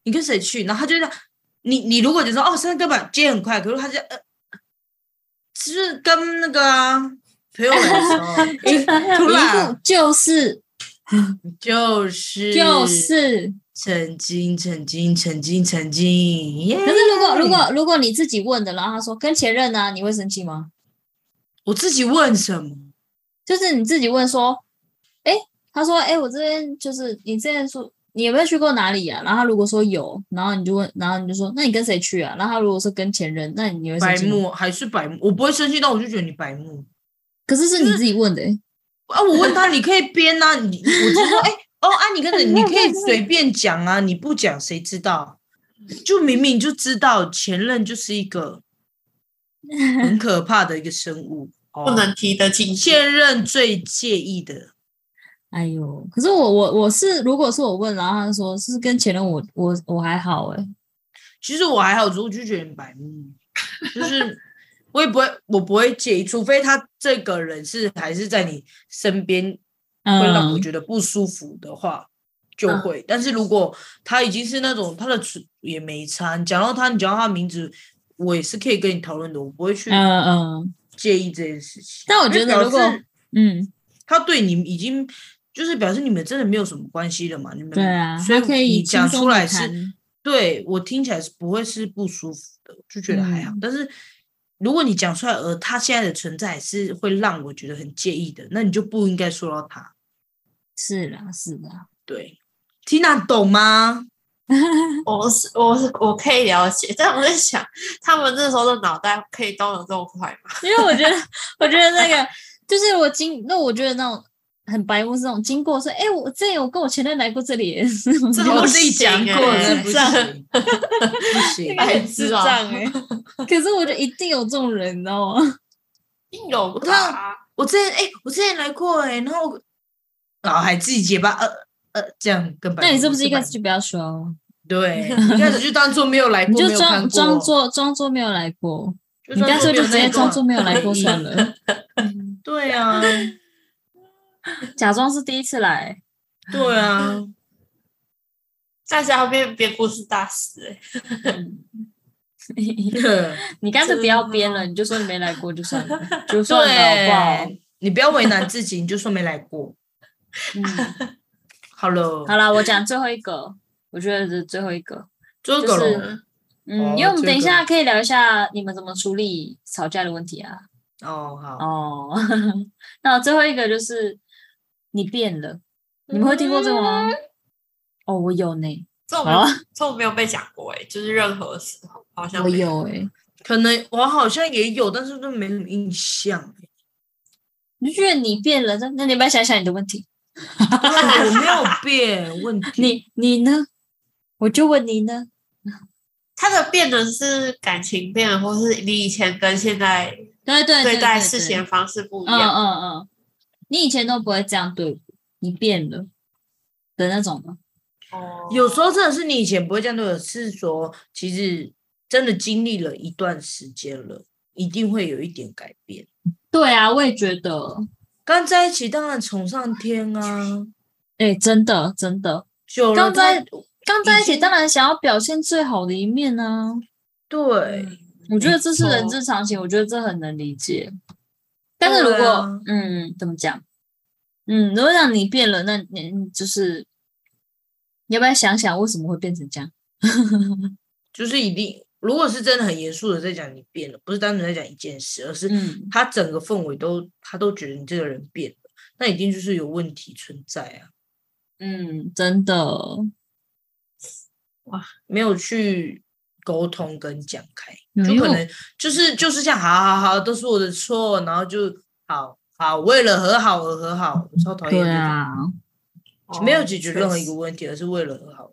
[SPEAKER 1] 你跟谁去？然后他就这样，你你如果就说哦，现在根本接很快，可是他就呃，就是跟那个啊朋友们的时
[SPEAKER 2] (laughs)
[SPEAKER 1] 候 (laughs) 突
[SPEAKER 2] 一
[SPEAKER 1] 然
[SPEAKER 2] 副就是
[SPEAKER 1] 就是
[SPEAKER 2] 就是。
[SPEAKER 1] 曾经曾经曾经曾经，耶
[SPEAKER 2] 可是如果如果如果你自己问的，然后他说跟前任呢、你会生气吗？
[SPEAKER 1] 我自己问什么？
[SPEAKER 2] 就是你自己问说，哎，他说，哎，我这边就是你之前说你有没有去过哪里啊？然后他如果说有，然后你就问，然后你就说，那你跟谁去啊？然后他如果说跟前任，那你会生
[SPEAKER 1] 白
[SPEAKER 2] 气吗？
[SPEAKER 1] 目还是白目？我不会生气，但我就觉得你白目
[SPEAKER 2] 可是是你自己问的、诶
[SPEAKER 1] 啊！我问他，你可以编啊，你我就说，哎、 (laughs) 哦啊，你跟着你可以随便讲啊，你不讲谁知道？就明明就知道前任就是一个很可怕的一个生物，哦
[SPEAKER 3] 不能提得进去。
[SPEAKER 1] 现任最介意的，
[SPEAKER 2] 哎呦，可是我我我是如果是我问，然后他说是跟前任我，我我还好哎、诶
[SPEAKER 1] 其实我还好，我就觉得你白目，就是。我也不会，我不会介意，除非他这个人是还是在你身边会让我
[SPEAKER 2] 嗯，
[SPEAKER 1] 觉得不舒服的话，就会。但是如果他已经是那种他的存也没差，你讲到他，你讲到他的名字，我也是可以跟你讨论的，我不会去
[SPEAKER 2] 嗯嗯
[SPEAKER 1] 介意这件事情。
[SPEAKER 2] 但我觉得
[SPEAKER 1] 因为表
[SPEAKER 2] 如果
[SPEAKER 1] 示
[SPEAKER 2] 嗯，
[SPEAKER 1] 他对你已经就是表示你们真的没有什么关系了嘛，你们
[SPEAKER 2] 对啊，
[SPEAKER 1] 所以
[SPEAKER 2] 他可以
[SPEAKER 1] 你讲
[SPEAKER 2] 轻松
[SPEAKER 1] 出
[SPEAKER 2] 地
[SPEAKER 1] 来是
[SPEAKER 2] 谈
[SPEAKER 1] 对我听起来是不会是不舒服的，就觉得还
[SPEAKER 2] 嗯
[SPEAKER 1] 好。但是如果你讲出来，而他现在的存在是会让我觉得很介意的，那你就不应该说到他。
[SPEAKER 2] 是啦是啦，
[SPEAKER 1] 对，Tina 懂吗？
[SPEAKER 3] 我是我是我可以了解，但我在想，他们那时候的脑袋可以动得这么快吗？
[SPEAKER 2] 因为我觉得，我觉得那个就是我经，那我觉得那种很白目，是那种经过说，哎、我这我跟我前任来过这里，
[SPEAKER 3] 这
[SPEAKER 1] 我
[SPEAKER 3] 不
[SPEAKER 1] 自己讲过这
[SPEAKER 3] 行
[SPEAKER 1] 不
[SPEAKER 3] 欸
[SPEAKER 1] 行， (laughs) 不行，
[SPEAKER 3] 白痴啊
[SPEAKER 1] 欸
[SPEAKER 2] 哎、可是我觉得一定有这种人，你知道吗？
[SPEAKER 3] 有
[SPEAKER 1] 知道
[SPEAKER 3] 吧？
[SPEAKER 1] 我之前哎、我之前来过哎、然后我然后还自己结巴，呃呃，这样更白目。
[SPEAKER 2] 那你是不是一开
[SPEAKER 1] 白
[SPEAKER 2] 始就不要说，哦 (laughs)
[SPEAKER 1] 对，一开始就当做没有来
[SPEAKER 2] 你
[SPEAKER 1] 过，
[SPEAKER 2] 就
[SPEAKER 1] 没有看
[SPEAKER 2] 装
[SPEAKER 1] 过
[SPEAKER 2] 装，作装作没有来过，
[SPEAKER 1] 就
[SPEAKER 2] 你
[SPEAKER 1] 装
[SPEAKER 2] 干
[SPEAKER 1] 作
[SPEAKER 2] 脆
[SPEAKER 1] 没
[SPEAKER 2] 就
[SPEAKER 1] 有
[SPEAKER 2] 直
[SPEAKER 1] 那一
[SPEAKER 2] 接
[SPEAKER 1] 段
[SPEAKER 2] 装作没有来过算
[SPEAKER 1] (laughs)
[SPEAKER 2] 了，
[SPEAKER 1] 对啊，
[SPEAKER 2] 假装是第一次
[SPEAKER 1] (laughs)
[SPEAKER 2] 来。
[SPEAKER 1] 对
[SPEAKER 2] (laughs)
[SPEAKER 1] 啊，
[SPEAKER 3] 大家会变编故事大师欸
[SPEAKER 2] 你干脆不要编了，
[SPEAKER 3] 真的
[SPEAKER 2] 你就说你没来过就算了，
[SPEAKER 1] (laughs)
[SPEAKER 2] 就算了好不好？
[SPEAKER 1] 对，你不要为难自己，你就说没来过， (laughs)
[SPEAKER 2] 嗯，
[SPEAKER 1] 好
[SPEAKER 2] (laughs)
[SPEAKER 1] 了，
[SPEAKER 2] 好了，我讲最后一个，我觉得是最后一个，
[SPEAKER 1] 周狗
[SPEAKER 2] 就是
[SPEAKER 1] 龙哦
[SPEAKER 2] 嗯，因为我们
[SPEAKER 1] 这
[SPEAKER 2] 等一
[SPEAKER 1] 个
[SPEAKER 2] 下可以聊一下你们怎么处理吵架的问题啊。
[SPEAKER 1] 哦，好，
[SPEAKER 2] 哦， (laughs) 那最后一个就是你变了，你们会听过这个吗？哦，我有呢，
[SPEAKER 3] 这我没有，这我没有被讲过哎，就是任何时候好像
[SPEAKER 2] 我
[SPEAKER 3] 没
[SPEAKER 2] 有哎、
[SPEAKER 1] 可能我好像也有，但是都没什么
[SPEAKER 2] (laughs)
[SPEAKER 1] 印象。
[SPEAKER 2] 你就觉得你变了，那那你要不要想想你的问题？
[SPEAKER 1] 对，我没有变，问题
[SPEAKER 2] 你你呢？我就问你呢，
[SPEAKER 3] 他的变的是感情变了，或是你以前跟现在
[SPEAKER 2] 对对
[SPEAKER 3] 对待
[SPEAKER 2] 对
[SPEAKER 3] 事情的方式不一
[SPEAKER 2] 嗯
[SPEAKER 3] 样。
[SPEAKER 2] 嗯嗯，你以前都不会这样对我，你变了的那种吗？
[SPEAKER 3] 哦
[SPEAKER 1] 有时候真的是你以前不会这样对我，是说其实真的经历了一段时间了，一定会有一点改变。
[SPEAKER 2] 对啊，我也觉得，
[SPEAKER 1] 刚在一起当然宠上天啊，
[SPEAKER 2] 哎、真的真的，
[SPEAKER 1] 久了
[SPEAKER 2] 刚在
[SPEAKER 1] 他
[SPEAKER 2] 刚在一
[SPEAKER 1] 已
[SPEAKER 2] 起
[SPEAKER 1] 经
[SPEAKER 2] 当然想要表现最好的一面呢、
[SPEAKER 1] 对，
[SPEAKER 2] 我觉得这是
[SPEAKER 3] 没
[SPEAKER 2] 人
[SPEAKER 3] 错
[SPEAKER 2] 之常情，我觉得这很能理解。但是如
[SPEAKER 1] 对
[SPEAKER 2] 果、
[SPEAKER 1] 啊
[SPEAKER 2] 嗯，怎么讲？嗯，如果让你变了，那你你就是你要不要想想为什么会变成这样？
[SPEAKER 1] 就是一定，如果是真的很严肃的在讲你变了，不是单纯在讲一件事，而是
[SPEAKER 2] 嗯，
[SPEAKER 1] 他整个氛围都他都觉得你这个人变了，那一定就是有问题存在啊，
[SPEAKER 2] 嗯，真的，
[SPEAKER 1] 没有去沟通跟讲开，
[SPEAKER 2] 没
[SPEAKER 3] 嗯
[SPEAKER 1] 就可
[SPEAKER 2] 有
[SPEAKER 1] 能就是就是这样，好好好，都是我的错，然后就好好为了和好而和好，我超讨厌
[SPEAKER 2] 对
[SPEAKER 1] 这种、
[SPEAKER 2] 啊，
[SPEAKER 3] 哦
[SPEAKER 1] 没有解决
[SPEAKER 3] 确
[SPEAKER 1] 任何一
[SPEAKER 3] 实
[SPEAKER 1] 个问题，而是为了和好。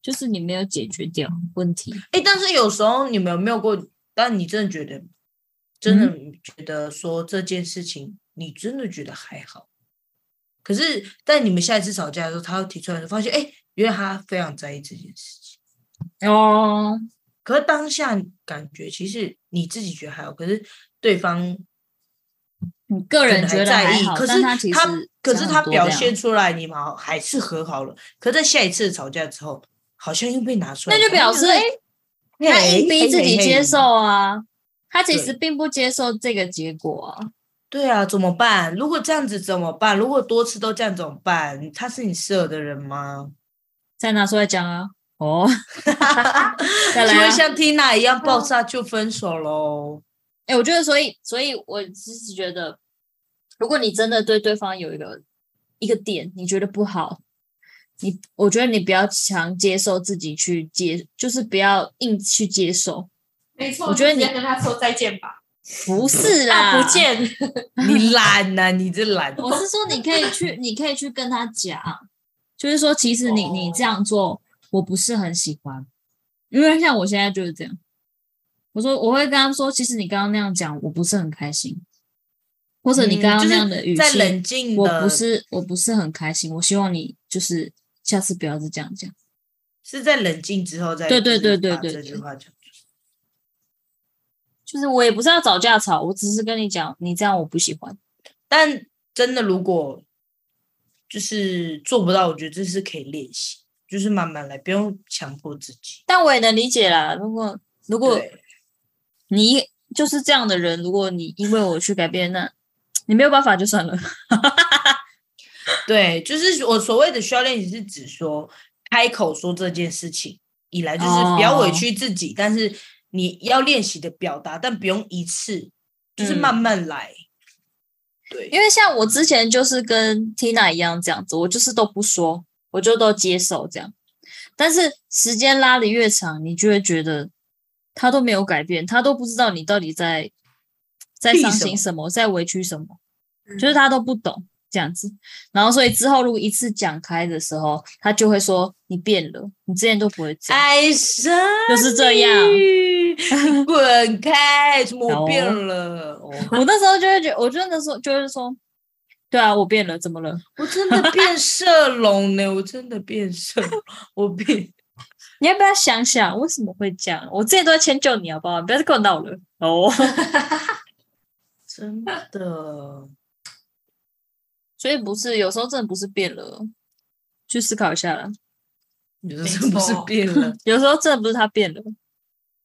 [SPEAKER 2] 就是你没有解决掉问题。
[SPEAKER 1] 哎，但是有时候你们有没有过？但你真的觉得，真的
[SPEAKER 2] 嗯
[SPEAKER 1] 觉得说这件事情，你真的觉得还好，可是在你们下一次吵架的时候，他会提出来，发现哎，诶原来他非常在意这件事情。
[SPEAKER 2] 哦，
[SPEAKER 1] 可是当下感觉其实你自己觉得还好，可是对方
[SPEAKER 2] 你个
[SPEAKER 1] 可能
[SPEAKER 2] 人觉
[SPEAKER 1] 还
[SPEAKER 2] 得
[SPEAKER 1] 在
[SPEAKER 2] 还
[SPEAKER 1] 意，
[SPEAKER 2] 好，
[SPEAKER 1] 可
[SPEAKER 2] 但
[SPEAKER 1] 是
[SPEAKER 2] 他其实
[SPEAKER 1] 可
[SPEAKER 2] 差
[SPEAKER 1] 是
[SPEAKER 2] 很
[SPEAKER 1] 他
[SPEAKER 2] 多
[SPEAKER 1] 表
[SPEAKER 2] 这样
[SPEAKER 1] 现出来，你们好还是和好了。可在下一次吵架之后，好像又被拿出来
[SPEAKER 2] 那
[SPEAKER 1] 讲，哎
[SPEAKER 2] 就表示哎、
[SPEAKER 1] 嘿
[SPEAKER 2] 他硬逼自己接，受
[SPEAKER 1] 嘿嘿嘿
[SPEAKER 2] 啊，他其
[SPEAKER 1] 对
[SPEAKER 2] 实并不接受这个结果啊。
[SPEAKER 1] 对啊，怎么办？如果这样子怎么办？如果多次都这样怎么办？他是你适合的人吗？
[SPEAKER 2] 再拿出来讲啊。哦，
[SPEAKER 1] (laughs)
[SPEAKER 2] 再
[SPEAKER 1] 就
[SPEAKER 2] 来、
[SPEAKER 1] 会
[SPEAKER 2] 啊。
[SPEAKER 1] 像 Tina 一样爆炸就分手喽？
[SPEAKER 2] 哎、我觉得，所以，所以我只是觉得，如果你真的对对方有一个一个点，你觉得不好，你我觉得你不要强接受自己去接，就是不要硬去接受，
[SPEAKER 3] 没错，
[SPEAKER 2] 我觉得
[SPEAKER 3] 就直接
[SPEAKER 2] 你
[SPEAKER 3] 跟他说再见吧，
[SPEAKER 2] 不是啦，
[SPEAKER 3] 啊，不。见，
[SPEAKER 1] (laughs) 你懒呐、你这懒。 (laughs)
[SPEAKER 2] 我是说，你可以去，你可以去跟他讲，就是说，其实
[SPEAKER 1] 哦
[SPEAKER 2] 你你这样做，我不是很喜欢，因为像我现在就是这样。我说我会跟他说，其实你刚刚那样讲，我不是很开心，或者你刚刚那样的语气，
[SPEAKER 1] 嗯在冷静的，
[SPEAKER 2] 我不是我不是很开心。我希望你就是下次不要再这样讲。
[SPEAKER 1] 是在冷静之后再
[SPEAKER 2] 对对对
[SPEAKER 1] 就是
[SPEAKER 2] 对
[SPEAKER 1] 把
[SPEAKER 2] 对
[SPEAKER 1] 这
[SPEAKER 2] 对
[SPEAKER 1] 句话讲出
[SPEAKER 2] 就是我也不是要找架吵，我只是跟你讲，你这样我不喜欢。
[SPEAKER 1] 但真的，如果就是做不到，我觉得这是可以练习，就是慢慢来，不用强迫自己。
[SPEAKER 2] 但我也能理解啦，如果如果
[SPEAKER 1] 对，
[SPEAKER 2] 你就是这样的人，如果你因为我去改变，那你没有办法就算了。 (laughs)
[SPEAKER 1] 对，就是我所谓的需要练习，是指说开口说这件事情以来，就是
[SPEAKER 2] 哦
[SPEAKER 1] 不要委屈自己，但是你要练习的表达，但不用一次，就是慢慢来。对，
[SPEAKER 2] 因为像我之前就是跟 Tina 一样这样子，我就是都不说，我就都接受这样。但是时间拉的越长，你就会觉得他都没有改变，他都不知道你到底在在
[SPEAKER 1] 气
[SPEAKER 2] 伤
[SPEAKER 1] 什
[SPEAKER 2] 心
[SPEAKER 1] 么
[SPEAKER 2] 什么，在委屈什么，
[SPEAKER 3] 嗯
[SPEAKER 2] 就是他都不懂。这样子。然后所以之后如果一次讲开的时候，他就会说你变了，你之前都不会这样，
[SPEAKER 1] 爱 (laughs) 上
[SPEAKER 2] 就是这样。
[SPEAKER 1] 你，你滚开！什么我变了？哦
[SPEAKER 2] (laughs) 我那时候就会觉得，我就那时候就是说，对啊，我变了，怎么了？
[SPEAKER 1] (laughs) 我真的变色龙呢，我真的变色，我变
[SPEAKER 2] 你要不要想想为什么会这样？我之前都在迁就你，好不好？你不要再跟我闹
[SPEAKER 1] (laughs)
[SPEAKER 2] 了哦。
[SPEAKER 1] 真 (laughs) 的
[SPEAKER 2] 所以不是，有时候真的不是变了，去思考一下啦。
[SPEAKER 1] 有时候不是变了，
[SPEAKER 2] 有时候真的不是他变了，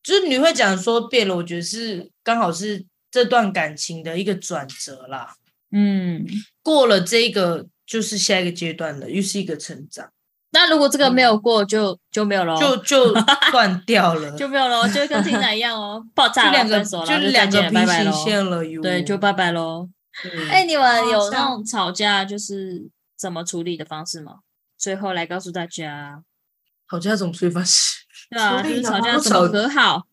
[SPEAKER 1] 就是你会讲说变了，我觉得是刚好是这段感情的一个转折啦。
[SPEAKER 2] 嗯。
[SPEAKER 1] 过了这个就是下一个阶段了，又是一个成长，
[SPEAKER 2] 那如果这个没有过，就就没有了， (laughs)
[SPEAKER 1] 就就断掉了，
[SPEAKER 2] 哦就没有了，就跟听奶一样
[SPEAKER 1] (laughs)
[SPEAKER 2] 哦，爆炸了，
[SPEAKER 1] 就两个
[SPEAKER 2] 分手了，就再
[SPEAKER 1] 两个
[SPEAKER 2] 见了，拜
[SPEAKER 1] 平
[SPEAKER 2] 拜
[SPEAKER 1] 行
[SPEAKER 2] 喽。
[SPEAKER 1] 线了哟。
[SPEAKER 2] 对，就拜拜喽。
[SPEAKER 1] 嗯
[SPEAKER 2] 哎，你们有
[SPEAKER 3] 这样
[SPEAKER 2] 那种吵架就是怎么处理的方式吗？最后来告诉大家，
[SPEAKER 1] 吵架怎么处理方式？
[SPEAKER 2] 对啊，
[SPEAKER 3] 处
[SPEAKER 2] 就
[SPEAKER 3] 理
[SPEAKER 2] 是
[SPEAKER 3] 的
[SPEAKER 2] 吵架
[SPEAKER 3] 方
[SPEAKER 2] 怎么
[SPEAKER 1] 式
[SPEAKER 2] 和好，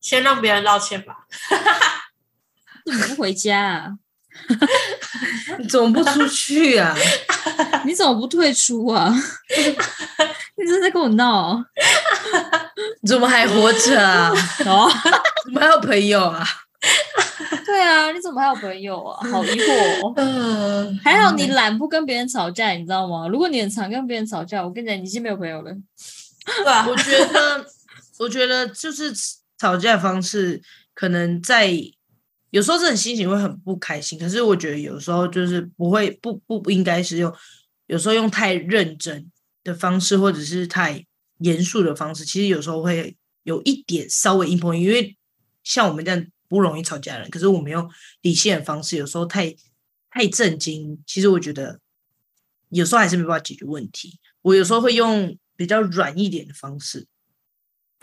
[SPEAKER 3] 先让别人道歉吧。
[SPEAKER 2] 怎么不回家啊？ (laughs)
[SPEAKER 1] 你 (laughs) 怎么不出去啊？
[SPEAKER 2] 你怎么不退出啊？ (laughs) 你这是在跟我闹哦？ (laughs)
[SPEAKER 1] 你怎么还活着啊？ (laughs)
[SPEAKER 2] 哦，
[SPEAKER 1] 怎么还有朋友啊？
[SPEAKER 2] 对啊，你怎么还有朋友啊？好疑惑哦。
[SPEAKER 1] 嗯，
[SPEAKER 2] (laughs) 还好你懒不跟别人吵架，你知道吗？如果你很常跟别人吵架，我跟你讲，你已经没有朋友了。
[SPEAKER 3] 对吧？
[SPEAKER 1] 我觉得，我觉得就是吵架方式，可能在有时候这种心情会很不开心，可是我觉得有时候就是不会不不不应该是用，有时候用太认真的方式，或者是太严肃的方式，其实有时候会有一点稍微硬碰硬，因为像我们这样不容易吵架的人，可是我们用理性的方式，有时候太太震惊，其实我觉得有时候还是没办法解决问题。我有时候会用比较软一点的方式，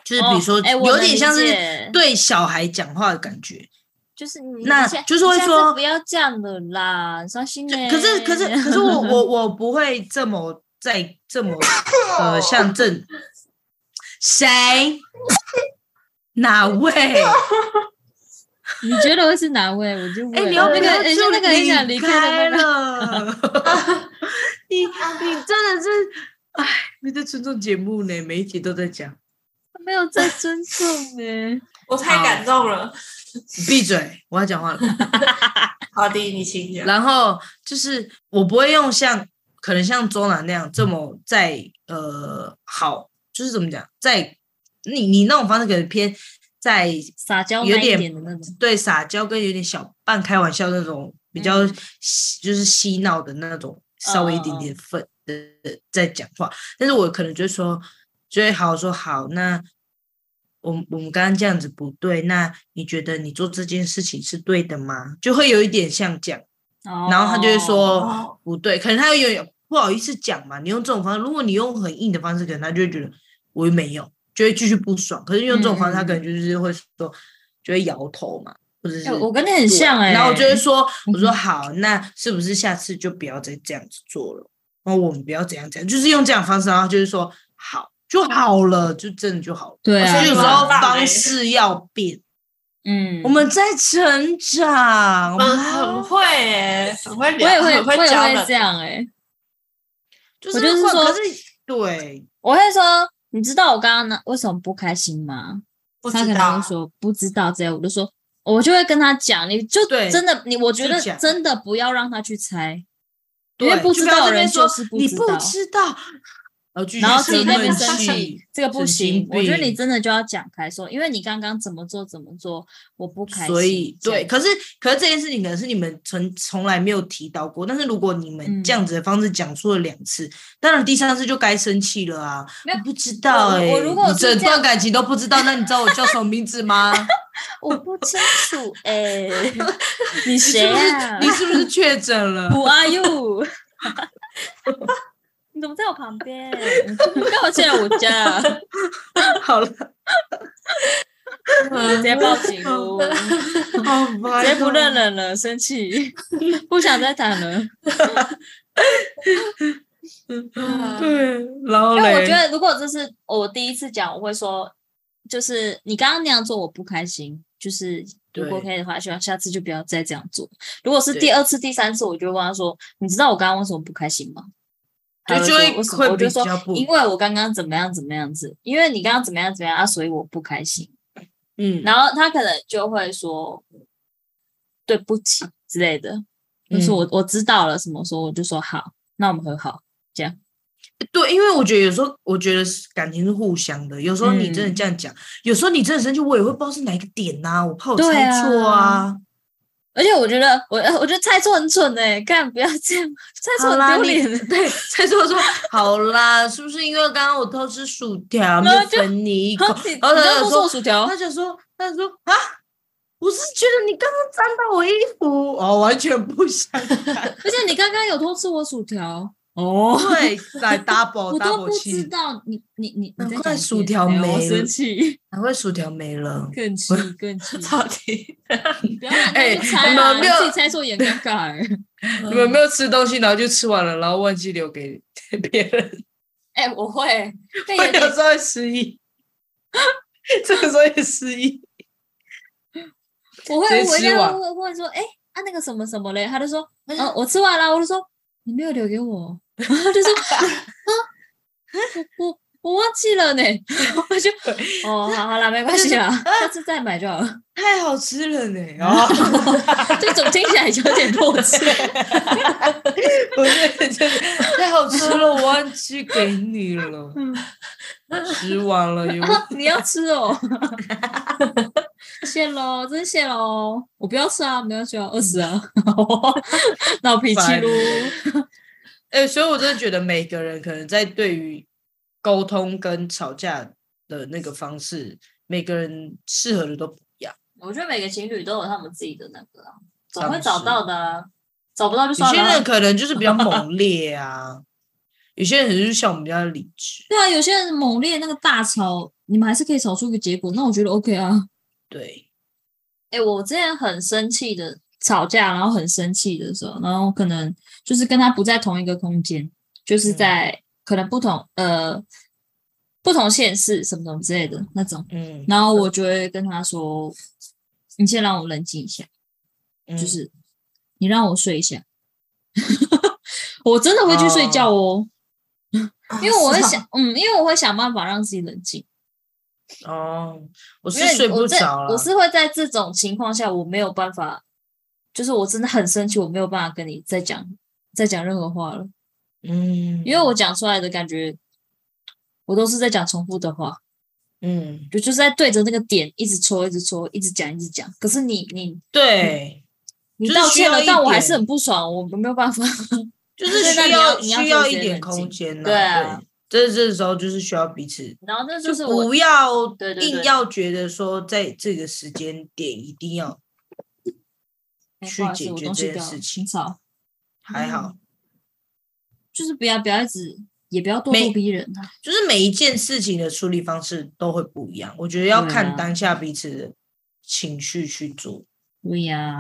[SPEAKER 1] 就是比如说、
[SPEAKER 2] 哦哎我
[SPEAKER 1] 有
[SPEAKER 2] 能
[SPEAKER 1] 点
[SPEAKER 2] 理
[SPEAKER 1] 像是
[SPEAKER 2] 解
[SPEAKER 1] 对小孩讲话的感觉。
[SPEAKER 2] 就是你
[SPEAKER 1] 那
[SPEAKER 2] 下
[SPEAKER 1] 就是会
[SPEAKER 2] 下次
[SPEAKER 1] 说
[SPEAKER 2] 不要这样的啦，伤心欸呢、
[SPEAKER 1] 可是可是可是我我我不会这么在这么呃像正谁哪位？
[SPEAKER 2] (laughs) 你觉得会是哪位？我就
[SPEAKER 1] 哎、
[SPEAKER 2] 问
[SPEAKER 1] 你要
[SPEAKER 2] 那
[SPEAKER 1] 不
[SPEAKER 2] 个，
[SPEAKER 1] 要
[SPEAKER 2] 人家
[SPEAKER 1] 就
[SPEAKER 2] 那个很想离
[SPEAKER 1] 开
[SPEAKER 2] 开的啊那个， (laughs)
[SPEAKER 1] 了？ (laughs) 你你真的是哎，你在尊重节目呢，每一集都在讲。
[SPEAKER 2] 他没有在尊重欸呢、
[SPEAKER 1] (laughs)
[SPEAKER 3] 我太感动了。
[SPEAKER 1] 你闭嘴，我要讲话了。
[SPEAKER 3] 好的，你请讲。
[SPEAKER 1] 然后就是我不会用像可能像周南那样这么在呃好，就是怎么讲，在你你那种方式可能偏在
[SPEAKER 2] 撒娇
[SPEAKER 1] 有
[SPEAKER 2] 那一
[SPEAKER 1] 点
[SPEAKER 2] 点的那种。
[SPEAKER 1] 对撒娇跟有点小半开玩笑那种比较嬉就是嬉闹的那种，稍微一点点分的在讲话，但是我可能就会说，就会好好说好，那我们我们刚刚这样子不对，那你觉得你做这件事情是对的吗？就会有一点像这样。然
[SPEAKER 2] 然
[SPEAKER 1] 后他就会，说
[SPEAKER 3] 哦
[SPEAKER 1] 不对，可能他又有点不好意思讲嘛。你用这种方式，如果你用很硬的方式，可能他就会觉得我又没有，就会继续不爽。可是用这种方式，他可能就是会说，就会摇头嘛，或者是
[SPEAKER 2] 嗯哎我跟你很像哎、
[SPEAKER 1] 然后我就会说，我说
[SPEAKER 2] 嗯
[SPEAKER 1] 好，那是不是下次就不要再这样子做了？然后我们不要怎样怎样，就是用这样的方式，然后就是说好就好了，就真的就好了。
[SPEAKER 2] 对啊，
[SPEAKER 1] 所以有时
[SPEAKER 2] 对啊
[SPEAKER 1] 候
[SPEAKER 3] 很棒
[SPEAKER 1] 方
[SPEAKER 3] 欸
[SPEAKER 1] 式要变，
[SPEAKER 2] 嗯，
[SPEAKER 1] 我们在成长，我
[SPEAKER 3] 嗯，
[SPEAKER 1] 们
[SPEAKER 3] 很会耶，很会
[SPEAKER 2] 我
[SPEAKER 3] 聊，
[SPEAKER 2] 也会，
[SPEAKER 3] 很
[SPEAKER 2] 我也
[SPEAKER 3] 教
[SPEAKER 2] 会
[SPEAKER 3] 人
[SPEAKER 2] 这。样哎、
[SPEAKER 1] 就
[SPEAKER 2] 我就是
[SPEAKER 1] 换
[SPEAKER 2] 说
[SPEAKER 1] 可是对，
[SPEAKER 2] 我会说，你知道我刚刚那为什么不开心吗？
[SPEAKER 3] 不
[SPEAKER 2] 他
[SPEAKER 3] 知
[SPEAKER 2] 可
[SPEAKER 3] 道
[SPEAKER 2] 能会，说不知道这样，我就说，我就会跟他讲，你就
[SPEAKER 1] 对
[SPEAKER 2] 真的你，我觉
[SPEAKER 1] 就
[SPEAKER 2] 得
[SPEAKER 1] 讲
[SPEAKER 2] 真的不要让他去猜，因
[SPEAKER 1] 对，
[SPEAKER 2] 为不
[SPEAKER 1] 就
[SPEAKER 2] 知
[SPEAKER 1] 要
[SPEAKER 2] 道
[SPEAKER 1] 这
[SPEAKER 2] 的人
[SPEAKER 1] 边
[SPEAKER 2] 就
[SPEAKER 1] 说
[SPEAKER 2] 是不
[SPEAKER 1] 你
[SPEAKER 2] 知
[SPEAKER 1] 不
[SPEAKER 2] 道
[SPEAKER 1] 知道，然后继续
[SPEAKER 2] 然后自己那边
[SPEAKER 1] 生
[SPEAKER 2] 生气
[SPEAKER 1] 气，，
[SPEAKER 2] 这个不
[SPEAKER 1] 神
[SPEAKER 2] 行
[SPEAKER 1] 经。
[SPEAKER 2] 我觉得你
[SPEAKER 1] 病
[SPEAKER 2] 真的就要讲开说，因为你刚刚怎么做怎么做，我不开心。
[SPEAKER 1] 所以
[SPEAKER 2] 这样
[SPEAKER 1] 对，，可是可是这件事情可能是你们从从来没有提到过，但是如果你们这样
[SPEAKER 2] 嗯
[SPEAKER 1] 子的方式讲述了两次，当然第三次就该生气了啊！
[SPEAKER 2] 没有
[SPEAKER 1] 你不知道
[SPEAKER 2] 我
[SPEAKER 1] 哎、
[SPEAKER 2] 我如果
[SPEAKER 1] 你
[SPEAKER 2] 是
[SPEAKER 1] 整
[SPEAKER 2] 这样
[SPEAKER 1] 段感情都不知道，那你知道我叫什么名字
[SPEAKER 2] (laughs)
[SPEAKER 1] 吗？
[SPEAKER 2] 我不清楚哎，
[SPEAKER 1] (laughs)
[SPEAKER 2] 你
[SPEAKER 1] 你
[SPEAKER 2] 谁
[SPEAKER 1] 是不
[SPEAKER 2] 啊
[SPEAKER 1] 是？你是不是确诊
[SPEAKER 2] (laughs)
[SPEAKER 1] 了？(laughs)
[SPEAKER 2] Who are you？你怎么在我旁边？你干嘛进来我家？(laughs)
[SPEAKER 1] 好了，
[SPEAKER 2] 直接报警哦！
[SPEAKER 1] 好烦、
[SPEAKER 2] 直接不认。人了，生气， (laughs) 不想再谈了。
[SPEAKER 3] 嗯
[SPEAKER 1] 对，然后
[SPEAKER 2] 因为我
[SPEAKER 1] 嘞
[SPEAKER 2] 觉得，如果这是我第一次讲，我会说，就是你刚刚那样做我不开心，就是如果
[SPEAKER 1] 对
[SPEAKER 2] 可以的话，希望下次就不要再这样做。如果是
[SPEAKER 1] 对
[SPEAKER 2] 第二次、第三次，我就问他说：“你知道我刚刚为什么不开心吗？”
[SPEAKER 1] 对
[SPEAKER 2] 他
[SPEAKER 1] 就
[SPEAKER 2] 说
[SPEAKER 1] 会
[SPEAKER 2] 为什么？
[SPEAKER 1] 会
[SPEAKER 2] 我就
[SPEAKER 1] 比
[SPEAKER 2] 说
[SPEAKER 1] 较不
[SPEAKER 2] 因为我刚刚怎么样怎么样子，因为你刚刚怎么样怎么样啊，所以我不开心。
[SPEAKER 1] 嗯，
[SPEAKER 2] 然后他可能就会说对不起之类的，就是
[SPEAKER 1] 嗯
[SPEAKER 2] 我我知道了什么，说我就说好，那我们和好。
[SPEAKER 1] 对，因为我觉得有时候，我觉得是感情是互相的。有时候你真的
[SPEAKER 2] 嗯
[SPEAKER 1] 这样讲，有时候你真的生气，我也会不知道是哪一个点呐、我怕我
[SPEAKER 2] 对
[SPEAKER 1] 猜
[SPEAKER 2] 啊
[SPEAKER 1] 错啊。 (laughs)
[SPEAKER 2] 而且我觉得我 (laughs) 我觉得猜错很蠢哎、干不要这
[SPEAKER 1] (laughs)
[SPEAKER 2] 样，猜错
[SPEAKER 1] 好啦
[SPEAKER 2] 很丢脸
[SPEAKER 1] 你。 (laughs) 对，猜错说好啦，是不是因为刚刚我偷吃薯条，没
[SPEAKER 2] 然
[SPEAKER 1] 有
[SPEAKER 2] 后就
[SPEAKER 1] 分你一口
[SPEAKER 2] 然后你你？
[SPEAKER 1] 然后他
[SPEAKER 2] 要多
[SPEAKER 1] 就说
[SPEAKER 2] 做，薯条
[SPEAKER 1] 他，就说，他就说啊，我是觉得你刚刚沾到我衣服，哦，完全不想
[SPEAKER 2] 而且你刚刚有偷吃我薯条哦，
[SPEAKER 1] 对，来 double
[SPEAKER 2] 我都
[SPEAKER 1] double
[SPEAKER 2] 不知
[SPEAKER 1] 气，
[SPEAKER 2] 道你你你
[SPEAKER 1] 难
[SPEAKER 2] 你在
[SPEAKER 1] 怪
[SPEAKER 2] 讲一
[SPEAKER 1] 薯
[SPEAKER 2] 遍
[SPEAKER 1] 条
[SPEAKER 2] 哎呀
[SPEAKER 1] 没
[SPEAKER 2] 我
[SPEAKER 1] 了
[SPEAKER 2] 生气， (laughs)
[SPEAKER 1] 难怪薯条没了。
[SPEAKER 2] 更气更气，
[SPEAKER 3] 到底
[SPEAKER 2] 不要让
[SPEAKER 1] 哎
[SPEAKER 2] 人家去猜
[SPEAKER 1] 你
[SPEAKER 2] 啊，
[SPEAKER 1] 们
[SPEAKER 2] 你
[SPEAKER 1] 没有
[SPEAKER 2] 自己猜错也很尴尬哎。
[SPEAKER 1] 你们没有吃东西，然后就吃完了，然后忘记留给 (laughs) 别人，
[SPEAKER 2] 哎、我 (laughs) 会，
[SPEAKER 1] (laughs)
[SPEAKER 2] 但
[SPEAKER 1] 会
[SPEAKER 2] 有
[SPEAKER 1] 有
[SPEAKER 2] 点
[SPEAKER 1] 时候会失忆， (laughs) 这个时候也失忆。
[SPEAKER 2] 我会
[SPEAKER 1] 直接
[SPEAKER 2] 我一定
[SPEAKER 1] 吃完
[SPEAKER 2] 会问问说，哎、啊那个什么什么嘞？他就说，嗯、我吃完了。我就说你没有留给我，然后他
[SPEAKER 1] (laughs)
[SPEAKER 2] 就说啊，我我我忘记了呢。我就哦，好好啦，没关系啦，下次再买就好了。 (laughs)
[SPEAKER 1] 太好吃了呢！ (laughs) 哦，
[SPEAKER 2] 这种听起来有点弱智。
[SPEAKER 1] 不是，就是太好吃了，我忘记给你了。 (laughs) 吃完了 (laughs) 有
[SPEAKER 2] 啊你要吃哦，谢喽，真谢喽。我不要吃啊，没关系啊，饿死啊， (laughs) 闹脾气
[SPEAKER 1] 烦
[SPEAKER 2] 喽。
[SPEAKER 1] (laughs) 哎、所以我真的觉得每个人可能在对于沟通跟吵架的那个方式，每个人适合的都不一样。
[SPEAKER 2] 我觉得每个情侣都有他们自己的那个、啊，总
[SPEAKER 1] 方
[SPEAKER 2] 会找
[SPEAKER 1] 式
[SPEAKER 2] 到的啊、找不到就
[SPEAKER 1] 有
[SPEAKER 2] 算
[SPEAKER 1] 些
[SPEAKER 2] 了
[SPEAKER 1] 人
[SPEAKER 2] 啊。
[SPEAKER 1] 可能就是比较猛烈啊，有些人就是像我们比较理智。
[SPEAKER 2] 对啊，有些人猛烈那个大吵，你们还是可以吵出一个结果，那我觉得 OK 啊。
[SPEAKER 1] 对，
[SPEAKER 2] 哎、我之前很生气的吵架，然后很生气的时候，然后可能就是跟他不在同一个空间，就是
[SPEAKER 1] 嗯
[SPEAKER 2] 在、可能不同呃不同县市什么什么之类的那种，
[SPEAKER 1] 嗯，
[SPEAKER 2] 然后我就会跟他说：“你先让我冷静一下。”就
[SPEAKER 1] 嗯
[SPEAKER 2] 是你让我睡一下， (laughs) 我真的会去睡觉哦，因为我
[SPEAKER 1] 啊
[SPEAKER 2] 会想，嗯，因为我会想办法让自己冷静，
[SPEAKER 1] 哦，我
[SPEAKER 2] 因
[SPEAKER 1] 是
[SPEAKER 2] 为
[SPEAKER 1] 睡
[SPEAKER 2] 我
[SPEAKER 1] 不
[SPEAKER 2] 在
[SPEAKER 1] 着了
[SPEAKER 2] 我。是会在这种情况下，我没有办法，就是我真的很生气，我没有办法跟你再讲再讲任何话了，
[SPEAKER 1] 嗯，
[SPEAKER 2] 因为我讲出来的感觉，我都是在讲重复的话， (laughs)
[SPEAKER 1] 嗯，
[SPEAKER 2] 就就是在对着那个点一直戳，一直戳，一直讲，一直讲，可是你你
[SPEAKER 1] 对。
[SPEAKER 2] 你
[SPEAKER 1] 就是
[SPEAKER 2] 道
[SPEAKER 1] 需
[SPEAKER 2] 歉
[SPEAKER 1] 要
[SPEAKER 2] 了，
[SPEAKER 1] 一
[SPEAKER 2] 但我还
[SPEAKER 1] 点
[SPEAKER 2] 是很不爽，我没有办
[SPEAKER 1] (laughs)
[SPEAKER 2] 法。
[SPEAKER 1] 就是
[SPEAKER 2] 所以那
[SPEAKER 1] 需
[SPEAKER 2] 你
[SPEAKER 1] 要
[SPEAKER 2] 要
[SPEAKER 1] 需
[SPEAKER 2] 你要
[SPEAKER 1] 要
[SPEAKER 2] 给
[SPEAKER 1] 一
[SPEAKER 2] 自己
[SPEAKER 1] 点
[SPEAKER 2] 冷静
[SPEAKER 1] 空间呐、
[SPEAKER 2] 对啊
[SPEAKER 1] 对，这这时候就是需要彼此，
[SPEAKER 2] 然后这就是我
[SPEAKER 1] 不要
[SPEAKER 2] 对对
[SPEAKER 1] 硬
[SPEAKER 2] 对
[SPEAKER 1] 要觉得说在这个时间点一定要
[SPEAKER 2] 哎
[SPEAKER 1] 去
[SPEAKER 2] 不好意思
[SPEAKER 1] 解
[SPEAKER 2] 我
[SPEAKER 1] 决
[SPEAKER 2] 东
[SPEAKER 1] 这
[SPEAKER 2] 西
[SPEAKER 1] 件
[SPEAKER 2] 掉
[SPEAKER 1] 事
[SPEAKER 2] 了
[SPEAKER 1] 情
[SPEAKER 2] 很吵，
[SPEAKER 1] 还
[SPEAKER 2] 嗯
[SPEAKER 1] 好，
[SPEAKER 2] 就是不要不要一直，也不要咄
[SPEAKER 1] 没
[SPEAKER 2] 咄逼人啊。
[SPEAKER 1] 就是每一件事情的处理方式都会不一样，我觉得要
[SPEAKER 2] 对
[SPEAKER 1] 看
[SPEAKER 2] 啊
[SPEAKER 1] 当下彼此的情绪去做。
[SPEAKER 2] 对呀、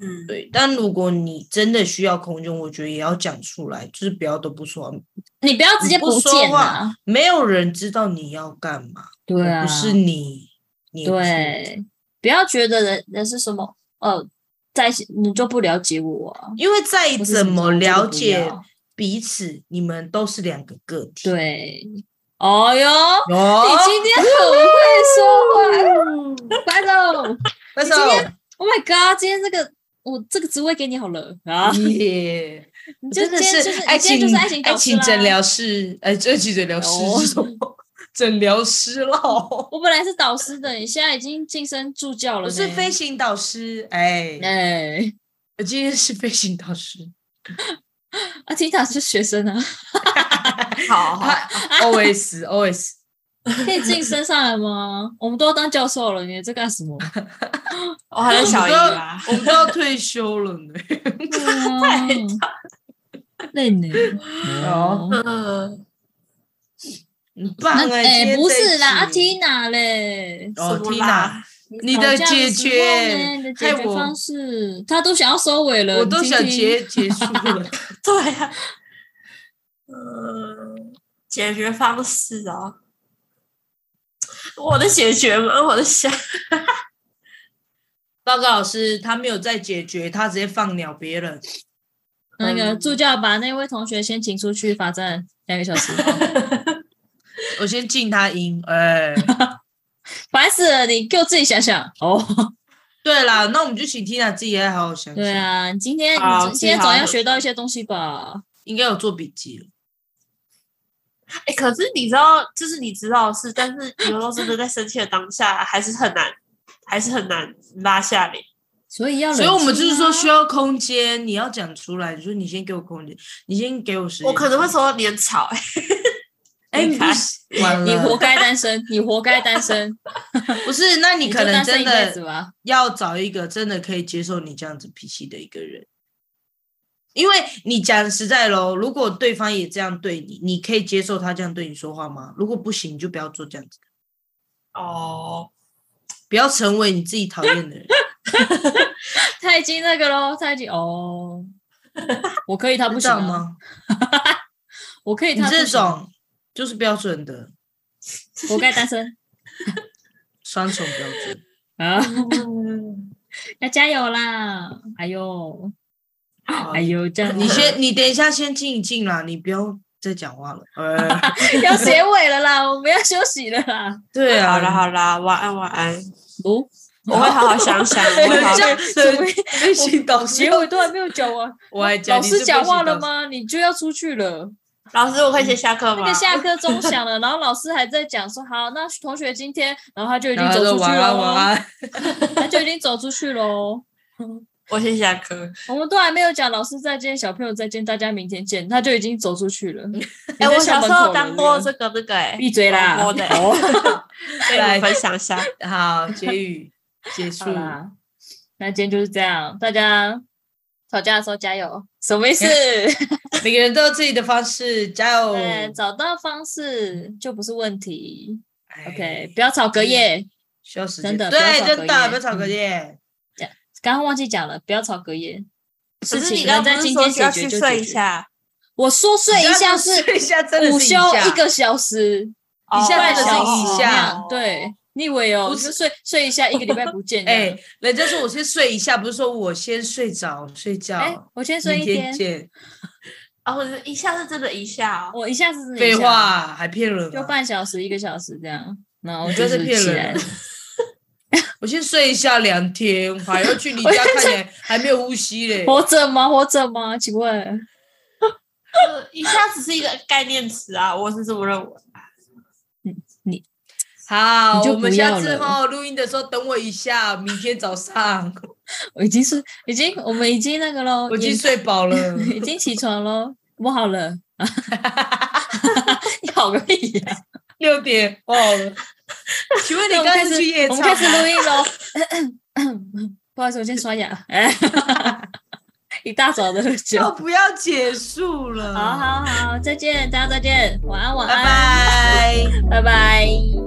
[SPEAKER 3] 嗯，
[SPEAKER 1] 对，但如果你真的需要空间，我觉得也要讲出来，就是不要都不说，
[SPEAKER 2] 你不要直接
[SPEAKER 1] 你不说
[SPEAKER 2] 见
[SPEAKER 1] 话
[SPEAKER 2] 啊。
[SPEAKER 1] 没有人知道你要干嘛，
[SPEAKER 2] 对啊，
[SPEAKER 1] 不是你，你也不是
[SPEAKER 2] 对，不要觉得人人是什么哦，在一起你就不了解我啊，
[SPEAKER 1] 因为再
[SPEAKER 2] 或是什
[SPEAKER 1] 怎么
[SPEAKER 2] 么这个
[SPEAKER 1] 了
[SPEAKER 2] 不
[SPEAKER 1] 解
[SPEAKER 2] 要
[SPEAKER 1] 彼此，你们都是两个个体。，
[SPEAKER 2] 对。哦哟，
[SPEAKER 1] 哦
[SPEAKER 2] 你今天很会说话，白总。
[SPEAKER 1] 那
[SPEAKER 2] 你
[SPEAKER 1] 时候
[SPEAKER 2] 今天 Oh my god，今天这个我这个职位给你好了啊，
[SPEAKER 1] 耶，
[SPEAKER 2] 你
[SPEAKER 1] 我
[SPEAKER 2] 就
[SPEAKER 1] 嗯 (laughs) 真
[SPEAKER 2] 今
[SPEAKER 1] 的
[SPEAKER 2] 天就是是
[SPEAKER 1] 爱
[SPEAKER 2] 你今
[SPEAKER 1] 情
[SPEAKER 2] 天就是爱情
[SPEAKER 1] 爱
[SPEAKER 2] 导师
[SPEAKER 1] 情
[SPEAKER 2] 啦
[SPEAKER 1] 诊疗室，哎，这期诊疗师
[SPEAKER 2] 哦
[SPEAKER 1] 是什么？诊疗师喽，
[SPEAKER 2] 我本来是导师的，你现在已经晋升助教了
[SPEAKER 1] 我
[SPEAKER 2] 呢。
[SPEAKER 1] 是飞行导师，哎，
[SPEAKER 2] 哎、
[SPEAKER 1] 我今天是飞行导师
[SPEAKER 2] 啊，听塔是学生啊，
[SPEAKER 3] 好好
[SPEAKER 1] ，always always，
[SPEAKER 2] 可以晋升上来吗？我们都要当教授了，你在干什么？
[SPEAKER 3] 我还在小姨啦，
[SPEAKER 1] 我们都要退休了呢。 (laughs)
[SPEAKER 2] 太啊累呢。
[SPEAKER 1] 哦
[SPEAKER 2] 哦，
[SPEAKER 3] 嗯，
[SPEAKER 1] 很
[SPEAKER 2] 那
[SPEAKER 1] 棒哎，今
[SPEAKER 2] 哎、
[SPEAKER 1] 天
[SPEAKER 2] 不
[SPEAKER 1] 这一
[SPEAKER 2] 是啦，阿啊
[SPEAKER 1] 集
[SPEAKER 2] Tina 嘞，
[SPEAKER 1] 哦
[SPEAKER 3] 什么
[SPEAKER 1] ，Tina，
[SPEAKER 3] 啦
[SPEAKER 1] 你的
[SPEAKER 2] 吵架
[SPEAKER 1] 解
[SPEAKER 2] 时
[SPEAKER 1] 决
[SPEAKER 2] 候呢你的解
[SPEAKER 1] 害
[SPEAKER 2] 决
[SPEAKER 1] 我
[SPEAKER 2] 方式，他都想要收尾了，
[SPEAKER 1] 我都
[SPEAKER 2] 你听
[SPEAKER 1] 想
[SPEAKER 2] 听
[SPEAKER 1] 结结束了。
[SPEAKER 3] 对呀、啊，嗯，解决方式啊，我的解决吗？我的想，
[SPEAKER 1] 报告老师他没有在解决，他直接放鸟别人。
[SPEAKER 2] 那个
[SPEAKER 1] 嗯
[SPEAKER 2] 助教把那位同学先请出去罚站两个小
[SPEAKER 1] (laughs)
[SPEAKER 2] 时，
[SPEAKER 1] 我先静他音，哎、 (laughs)
[SPEAKER 2] 烦死了！你给我自己想想哦。
[SPEAKER 1] 对啦，那我们就请 Tina 自己来好好想想，
[SPEAKER 2] 对啊，你今天
[SPEAKER 3] 好
[SPEAKER 2] 你今天总
[SPEAKER 3] 记好
[SPEAKER 2] 要学到一些东西吧？
[SPEAKER 1] 应该有做笔记了。
[SPEAKER 3] 哎、可是你知道，就是你知道的事，但是有时候真的在生气的当下，还是很难，还是很难拉下脸。
[SPEAKER 2] 所以要冷
[SPEAKER 1] 所
[SPEAKER 2] 静啊，
[SPEAKER 1] 以我们就是说需要空间，你要讲出来，你说你先给我空间，你先给我时间。
[SPEAKER 3] 我可能会说你很吵、哎
[SPEAKER 1] 哎，你不
[SPEAKER 3] 离开
[SPEAKER 1] 是 (laughs) 完
[SPEAKER 2] 你活
[SPEAKER 1] 了，
[SPEAKER 2] 该单身，你活该单身，
[SPEAKER 1] 不是？那 (laughs) 你
[SPEAKER 2] 你
[SPEAKER 1] 可
[SPEAKER 2] 就
[SPEAKER 1] 能
[SPEAKER 2] 单身
[SPEAKER 1] 真
[SPEAKER 2] 一辈子
[SPEAKER 1] 的
[SPEAKER 2] 吧。
[SPEAKER 1] 要找一个真的可以接受你这样子脾气的一个人，因为你讲实在喽，如果对方也这样对你，你可以接受他这样对你说话吗？如果不行，你就不要做这样子，
[SPEAKER 3] 哦，
[SPEAKER 1] 不要成为你自己讨厌的人。
[SPEAKER 2] 他已经那个喽，他已经哦，我可以 (laughs) 他不
[SPEAKER 1] 知
[SPEAKER 2] 行
[SPEAKER 1] 道
[SPEAKER 2] 啊？
[SPEAKER 1] 吗？
[SPEAKER 2] 我可以
[SPEAKER 1] 你
[SPEAKER 2] 他不
[SPEAKER 1] 这
[SPEAKER 2] 行啊，
[SPEAKER 1] 种就是标准的
[SPEAKER 2] 活该单身
[SPEAKER 1] 双重标
[SPEAKER 2] (laughs)
[SPEAKER 1] 准。
[SPEAKER 2] 啊！
[SPEAKER 3] 嗯
[SPEAKER 2] 要加油啦！哎呦，
[SPEAKER 3] 好
[SPEAKER 2] 哎呦，这样
[SPEAKER 1] 啊你先，你等一下先静一静啦，你不要再讲话了。
[SPEAKER 2] (laughs)
[SPEAKER 1] 呃，
[SPEAKER 2] 要结尾了啦，我们要休息了
[SPEAKER 1] (laughs)
[SPEAKER 2] 啦。
[SPEAKER 1] 对啊，
[SPEAKER 3] (laughs) 好了好了，晚安晚安，
[SPEAKER 2] 哦，
[SPEAKER 3] 我会好好想想，我会好好
[SPEAKER 1] 人家
[SPEAKER 2] (laughs) 我
[SPEAKER 1] 人内心导师
[SPEAKER 2] 结，尾都还没有讲完，
[SPEAKER 1] 我还
[SPEAKER 2] 老
[SPEAKER 1] (laughs) 讲
[SPEAKER 2] 师讲话了？吗？你就要出去了。
[SPEAKER 3] 老师，我可以先下课
[SPEAKER 2] 那
[SPEAKER 3] 吗
[SPEAKER 2] 个？嗯下课钟响
[SPEAKER 1] (laughs)
[SPEAKER 2] 了，然后老师还在讲说好，那同学今天，然后他就已
[SPEAKER 1] 你
[SPEAKER 2] 经
[SPEAKER 1] 是不是
[SPEAKER 2] 走
[SPEAKER 1] 导师然后说
[SPEAKER 2] 出去
[SPEAKER 1] 晚安晚
[SPEAKER 2] 了，哦
[SPEAKER 1] 安，
[SPEAKER 2] 他就已经走出去哦喽。
[SPEAKER 3] 我先下课。
[SPEAKER 2] 我们都还没有讲老师再见，小朋友再见，大家明天见，他就已经走出去了。
[SPEAKER 3] (laughs) 哎、
[SPEAKER 2] 你在
[SPEAKER 3] 我
[SPEAKER 2] 校
[SPEAKER 3] 小
[SPEAKER 2] 门
[SPEAKER 3] 时
[SPEAKER 2] 口
[SPEAKER 3] 候
[SPEAKER 2] 了
[SPEAKER 3] 当过这个那个哎、
[SPEAKER 2] 闭嘴啦
[SPEAKER 3] 我
[SPEAKER 2] (laughs)
[SPEAKER 3] 的、欸， (laughs) 跟
[SPEAKER 1] 来
[SPEAKER 3] 你们分享一下。
[SPEAKER 1] 好，结语结束
[SPEAKER 2] 好。啦，那今天就是这样，大家吵架的时候加油，什么意
[SPEAKER 3] (laughs)
[SPEAKER 2] 思？
[SPEAKER 1] 每个人都有自己的方式，加
[SPEAKER 3] 哦
[SPEAKER 1] 油。
[SPEAKER 2] 对，哎找到方式就不是问题。
[SPEAKER 1] 哎
[SPEAKER 2] OK，不要吵
[SPEAKER 3] 啊
[SPEAKER 2] 隔夜，
[SPEAKER 1] 需要时间。
[SPEAKER 2] 真的
[SPEAKER 1] 对，
[SPEAKER 2] 不要
[SPEAKER 1] 真的
[SPEAKER 2] 吵
[SPEAKER 1] 不要吵隔
[SPEAKER 2] 隔嗯
[SPEAKER 1] 夜。
[SPEAKER 2] 刚刚忘记讲了，不要吵隔夜。
[SPEAKER 3] 可
[SPEAKER 2] 事
[SPEAKER 3] 是
[SPEAKER 2] 情
[SPEAKER 3] 你
[SPEAKER 2] 能
[SPEAKER 3] 刚刚
[SPEAKER 2] 在
[SPEAKER 3] 不是
[SPEAKER 2] 今
[SPEAKER 3] 说
[SPEAKER 2] 天
[SPEAKER 3] 需要
[SPEAKER 2] 解决
[SPEAKER 3] 去
[SPEAKER 2] 就
[SPEAKER 3] 睡
[SPEAKER 2] 解
[SPEAKER 3] 一
[SPEAKER 2] 决。
[SPEAKER 3] 下？
[SPEAKER 2] 我说睡一下是
[SPEAKER 1] (laughs) 睡一下，真的
[SPEAKER 2] 午
[SPEAKER 1] 是一
[SPEAKER 2] 休
[SPEAKER 1] 下
[SPEAKER 2] 一个小时，
[SPEAKER 3] 哦
[SPEAKER 1] 一下
[SPEAKER 2] 半
[SPEAKER 1] 真的
[SPEAKER 2] 哦小
[SPEAKER 1] 是一
[SPEAKER 2] 时
[SPEAKER 1] 下哦
[SPEAKER 2] 那样对，你以为哦，
[SPEAKER 1] 不
[SPEAKER 2] 就是是睡睡一下，一个礼拜不见。
[SPEAKER 1] 哎、
[SPEAKER 2] 哎
[SPEAKER 1] 人家说我先睡一下，不是说我先睡着睡觉。
[SPEAKER 2] 哎，我先睡一
[SPEAKER 1] 明天
[SPEAKER 2] 天，
[SPEAKER 1] 见。
[SPEAKER 3] 哦，我是一下是真的一下哦。
[SPEAKER 2] 我一下子
[SPEAKER 1] 废，话，还骗人、
[SPEAKER 2] 就
[SPEAKER 1] 啊！
[SPEAKER 2] 半小时一个小时这样，然后
[SPEAKER 1] 你
[SPEAKER 2] 就
[SPEAKER 1] 真是
[SPEAKER 2] 是
[SPEAKER 1] 骗
[SPEAKER 2] 起
[SPEAKER 1] 人
[SPEAKER 2] 来
[SPEAKER 1] 啊。我先睡一下两天，我还要去你家看你，还没有呼吸嘞。
[SPEAKER 2] 活着吗？活着吗？请问，
[SPEAKER 3] (laughs) 就是一呃下只是一个概念词啊，我是这么认为。
[SPEAKER 1] 好，
[SPEAKER 2] 你就
[SPEAKER 1] 我们
[SPEAKER 2] 不要
[SPEAKER 1] 下次
[SPEAKER 2] 了
[SPEAKER 1] 哈录音的时候等我一下，明天早上
[SPEAKER 2] 我已经是已经我们已经那个喽，
[SPEAKER 1] 我已经
[SPEAKER 2] 也
[SPEAKER 1] 睡饱了。
[SPEAKER 2] 已经起床喽，我好了。 (laughs) 你好个屁呀、
[SPEAKER 1] 六点哦， (laughs)
[SPEAKER 2] (laughs)
[SPEAKER 1] 请问你
[SPEAKER 2] 那我们
[SPEAKER 1] 刚
[SPEAKER 2] 开
[SPEAKER 1] 才是去夜
[SPEAKER 2] 始，我
[SPEAKER 1] 唱
[SPEAKER 2] 们开始录
[SPEAKER 1] 吗？
[SPEAKER 2] 音喽。 (coughs) 不好意思，我先刷牙。 (laughs) 一大早的
[SPEAKER 1] (laughs)
[SPEAKER 2] 酒。
[SPEAKER 1] 要不要结束了？
[SPEAKER 2] 好，好好，再见，大家再见，晚安，晚
[SPEAKER 1] 拜
[SPEAKER 2] (laughs) 安，
[SPEAKER 1] 拜。
[SPEAKER 2] 拜拜